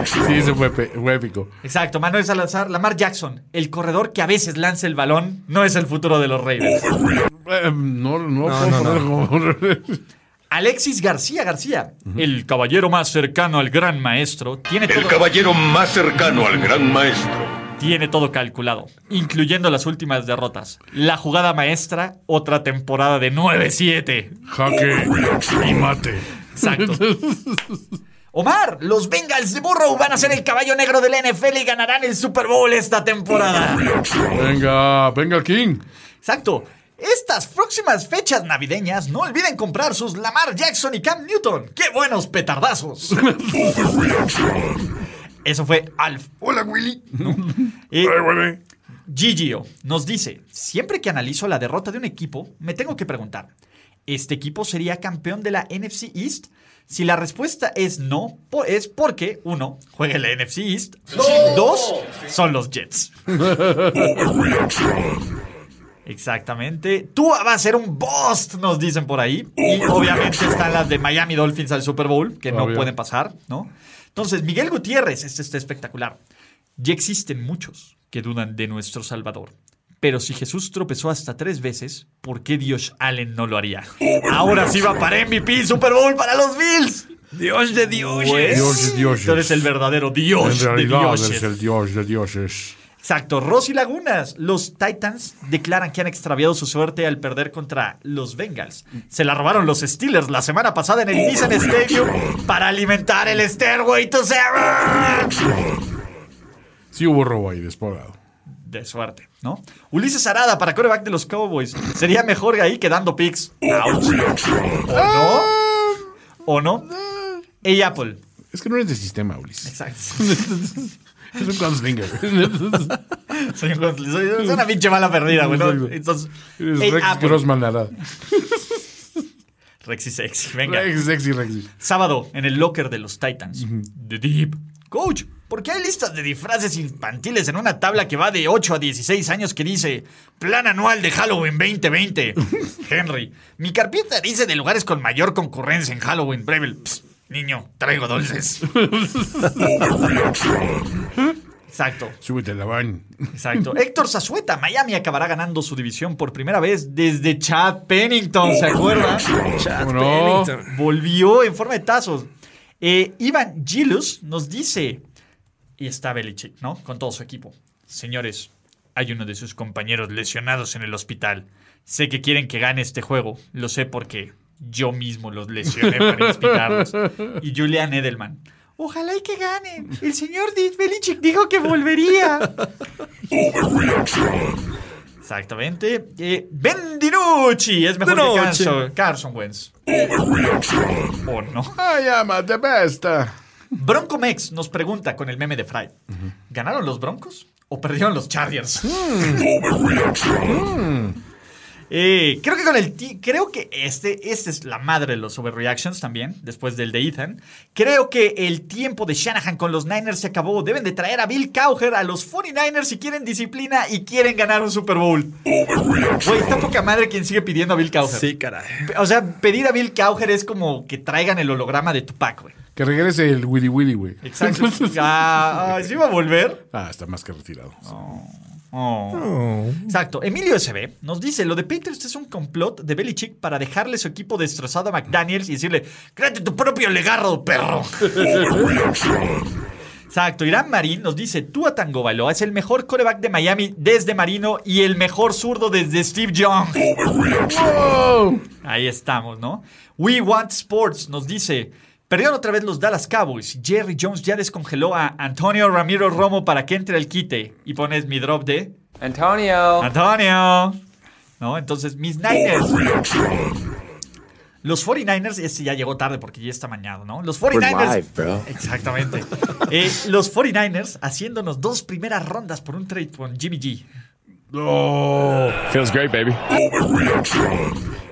Sí, ese fue, pe- fue épico. Exacto, Manuel Salazar, Lamar Jackson, el corredor que a veces lanza el balón, no es el futuro de los Ravens. Eh, no, no, puedo ponerlo como- Alexis García García, el caballero más cercano al gran maestro, tiene todo, caballero más cercano al gran maestro. tiene todo calculado, incluyendo las últimas derrotas. La jugada maestra, otra temporada de 9-7. Jaque y mate. Exacto. Omar, los Bengals de Burrow van a ser el caballo negro del NFL y ganarán el Super Bowl esta temporada. Venga, venga, King. Exacto. Estas próximas fechas navideñas, no olviden comprar sus Lamar Jackson y Cam Newton. ¡Qué buenos petardazos! Eso fue Alf. Hola, Willy. Y Gigio nos dice: Siempre que analizo la derrota de un equipo, me tengo que preguntar: ¿este equipo sería campeón de la NFC East? Si la respuesta es no, po- es porque, uno, juega en la NFC East, dos, son los Jets. Exactamente. Tua va a ser un bust, nos dicen por ahí. Y obviamente están las de Miami Dolphins al Super Bowl, que no Obvio. pueden pasar, ¿no? Entonces, Miguel Gutiérrez, este está espectacular. Ya existen muchos que dudan de nuestro Salvador. Pero si Jesús tropezó hasta tres veces, ¿por qué Dios Allen no lo haría? Ahora sí va para MVP Super Bowl para los Bills. Dios de Dios. Pues, Dios, Dios. tú eres el verdadero Dios En de realidad dioses. eres el dios de dioses. Exacto, Rosy Lagunas. Los Titans declaran que han extraviado su suerte al perder contra los Bengals. Se la robaron los Steelers la semana pasada en el Nissan Stadium para alimentar el Stairway to Seven. Sí hubo robo ahí, despojado. De suerte, ¿no? Ulises Arada para coreback de los Cowboys. Sería mejor ahí que dando picks. Ouch. ¿O no? ¿O no? Hey, Apple. Es que no eres de sistema, Ulises. Exacto. Es un gunslinger. Soy un Huntly, soy- soy una pinche mala perdida, güey. ¿no? Exacto. Entonces, Eres hey, Rex Apple. Grossman Arada. Rexy Sexy, venga. Rex, sexy, Rex. Sábado, en el locker de los Titans. The Deep. Coach, ¿por qué hay listas de disfraces infantiles en una tabla que va de 8 a 16 años que dice Plan anual de Halloween 2020? Henry, mi carpeta dice de lugares con mayor concurrencia en Halloween. Brevel, "Psst, niño, traigo dulces. Exacto. Súbete la van. Exacto. Héctor Zazueta, Miami acabará ganando su división por primera vez desde Chad Pennington, ¿se acuerdan? ¿Cómo no? Volvió en forma de tazos. Eh, Ivan Gilus nos dice, y está Belichick, ¿no? Con todo su equipo. Señores, hay uno de sus compañeros lesionados en el hospital. Sé que quieren que gane este juego. Lo sé porque yo mismo los lesioné para inspirarlos. Y Julian Edelman. Ojalá y que ganen. El señor Dick Belichick dijo que volvería. Exactamente. Eh, ben DiNucci es mejor que DiNucci. Carson, Carson Wentz. ¿O no? I am at the best. Broncomex nos pregunta con el meme de Fry. ¿Ganaron los Broncos o perdieron los Chargers. Mm. Eh, creo que con el ti- creo que este, este es la madre de los overreactions también, después del de Ethan. Creo que el tiempo de Shanahan con los Niners se acabó. Deben de traer a Bill Cowher a los 49ers si quieren disciplina y quieren ganar un Super Bowl. Güey, está poca madre quien sigue pidiendo a Bill Cowher. Sí, caray. O sea, pedir a Bill Cowher es como que traigan el holograma de Tupac, güey. Que regrese el Willy Willy, güey. Exacto. Ah, ay, ¿sí va a volver? Ah, está más que retirado. Oh. Exacto. Emilio SB nos dice: Lo de Patriots es un complot de Belichick para dejarle su equipo destrozado a McDaniels y decirle: Créate tu propio legarro, perro. Exacto. Irán Marín nos dice: Tua Tango Bailoa es el mejor coreback de Miami desde Marino y el mejor zurdo desde Steve Young. Ahí estamos, ¿no? We Want Sports nos dice. Perdieron otra vez los Dallas Cowboys. Jerry Jones ya descongeló a Antonio Ramiro Romo para que entre el quite. Y pones mi drop de Antonio. Antonio. No, entonces mis Niners. Los 49ers, este ya llegó tarde porque ya está mañado, ¿no? Los 49ers. Exactamente. Eh, los 49ers haciéndonos dos primeras rondas por un trade con Jimmy G. Feels great, baby.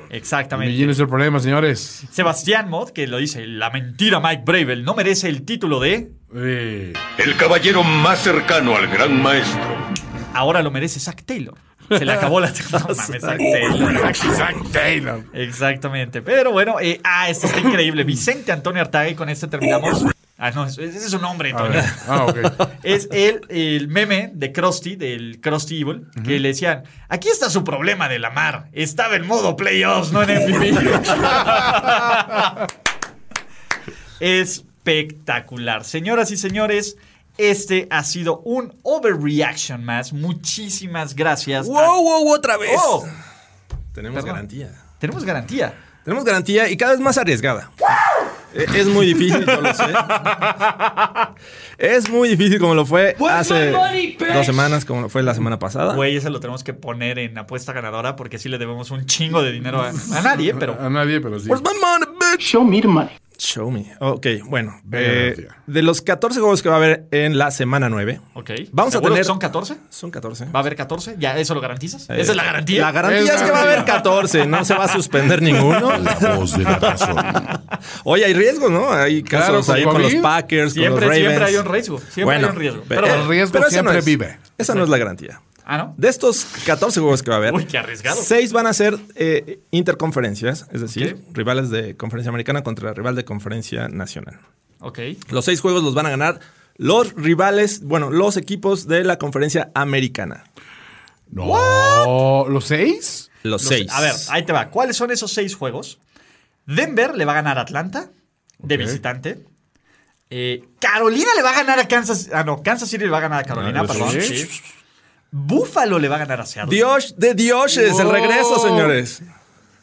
Exactamente. Medellín es el problema, señores. Sebastián Mott, que lo dice, la mentira Mike Bravel no merece el título de. Eh, El caballero más cercano al gran maestro. Ahora lo merece Zach Taylor. Se le acabó la. No mames, Zach Taylor. Zach Taylor. Exactamente. Pero bueno, eh, ah, esto está increíble. Vicente Antonio Artaga, y con este terminamos. Ah, no, ese ese es su nombre, A ver. Antonio. Ah, ok. Es el, el meme de Krusty, del Krusty Evil, que le decían: Aquí está su problema de la mar. Estaba en modo playoffs, no en MVP. Espectacular. Señoras y señores, este ha sido un overreaction más. Muchísimas gracias. a- ¡Wow, wow, otra vez! ¡Oh! Tenemos Perdón. garantía. Tenemos garantía. Tenemos garantía y cada vez más arriesgada. Eh, Es muy difícil, yo lo sé. Es muy difícil como lo fue hace dos semanas, como lo fue la semana pasada. Güey, ese lo tenemos que poner en apuesta ganadora porque sí le debemos un chingo de dinero a, a nadie, pero A nadie, pero sí. Where's my money, bitch? Show me the money. Show me. Ok, bueno. Ve eh, garantía. de los 14 juegos que va a haber en la semana 9, ok. Vamos a ¿Seguro que tener- ¿Son 14? son 14. ¿Va a haber 14? ¿Ya eso lo garantizas? Eh, ¿Esa es la garantía? La garantía Es es que va a haber garantía. 14, no se va a suspender ninguno. La voz de la razón. Oye, hay riesgos, ¿no? Hay Claro, casos con ahí con COVID. los Packers, Siempre, con los Ravens. siempre hay un riesgo. Siempre Bueno, hay un riesgo. pe- Pero, El bueno. riesgo pero esa no siempre es- vive. Esa no es la garantía. ah, ¿no? De estos 14 juegos que va a haber, Uy, qué arriesgado. 6 van a ser eh, interconferencias, es decir, Ok. rivales de conferencia americana contra rival de conferencia nacional. Ok. Los 6 juegos los van a ganar los rivales, bueno, los equipos de la conferencia americana. No. ¿Los seis? Los Los- 6. A ver, ahí te va. ¿Cuáles son esos seis juegos? Denver le va a ganar a Atlanta de visitante. Eh, Carolina le va a ganar a Kansas. Ah, no, Kansas City le va a ganar a Carolina, Ah, perdón. sí. Sí. Buffalo le va a ganar a Seattle. Dios de Dios es el Wow. regreso, Oh. señores.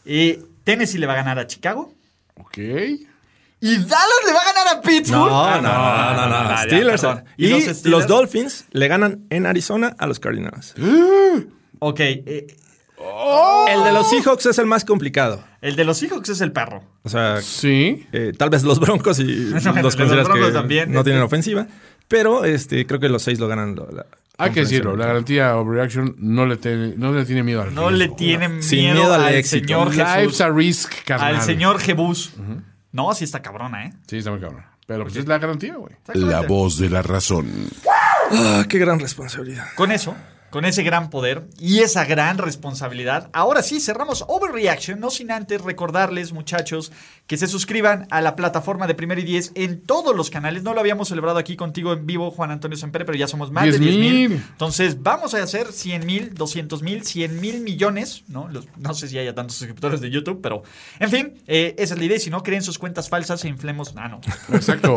Eh, Tennessee le va a ganar a Chicago. Ok. Y Dallas le va a ganar a Pittsburgh. Ah, ya, Steelers. eh. perdón. y los los, Steelers? Dolphins le ganan en Arizona a los Cardinals. Ok, eh, El de los Oh. Seahawks es el más complicado. el de los Seahawks es el perro. O sea, Sí. Eh, tal vez los Broncos y los consideras Broncos que también, no este. tienen ofensiva, pero este creo que los seis lo ganan. lo- la Hay Ah, que conferencia. decirlo, la garantía overreaction no le, tiene- no le tiene miedo al No le riesgo. tienen Sin miedo, miedo al al, éxito. señor Life's Jesús. a risk, carnal. Al señor Jebús. No, sí está cabrona, ¿eh? Sí, está muy cabrón. Pero pues es la garantía, güey. La voz de la razón. Ah, qué gran responsabilidad. Con eso, con ese gran poder y esa gran responsabilidad, ahora sí cerramos Overreaction, no sin antes recordarles, muchachos, que se suscriban a la plataforma de Primero y Diez en todos los canales. No lo habíamos celebrado aquí contigo en vivo, Juan Antonio Sempere, pero ya somos más de 10 10,000. mil. Entonces, vamos a hacer 100 mil, 200 mil, 100 mil millones, ¿no? Los- no sé si haya tantos suscriptores de YouTube, pero, en fin, eh, esa es la idea. Y Si no creen sus cuentas falsas, e inflemos... Ah, no. Exacto.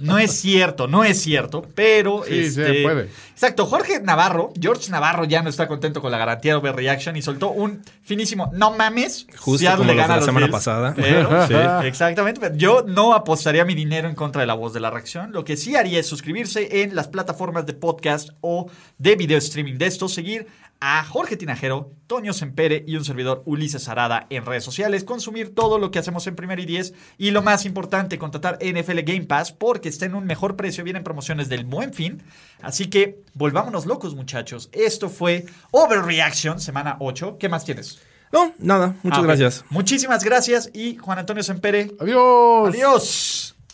No es cierto, no es cierto, pero. Sí, se este, puede. Exacto, Jorge Navarro, George Navarro ya no está contento con la garantía de overreaction y soltó un finísimo no mames. Justo Seattle como le los de gana la a los semana Bills". pasada. Pero, Sí. Exactamente, pero yo no apostaría mi dinero en contra de la voz de la reacción. Lo que sí haría es suscribirse en las plataformas de podcast o de video streaming de esto, seguir a Jorge Tinajero, Toño Sempere y un servidor Ulises Arada en redes sociales. Consumir todo lo que hacemos en Primera y 10 y lo más importante, contratar NFL Game Pass porque está en un mejor precio, vienen promociones del buen fin. Así que volvámonos locos, muchachos. Esto fue Overreaction, semana 8. ¿Qué más tienes? No, nada. Muchas Ah, ok. gracias. Muchísimas gracias y Juan Antonio Sempere. Adiós. Adiós.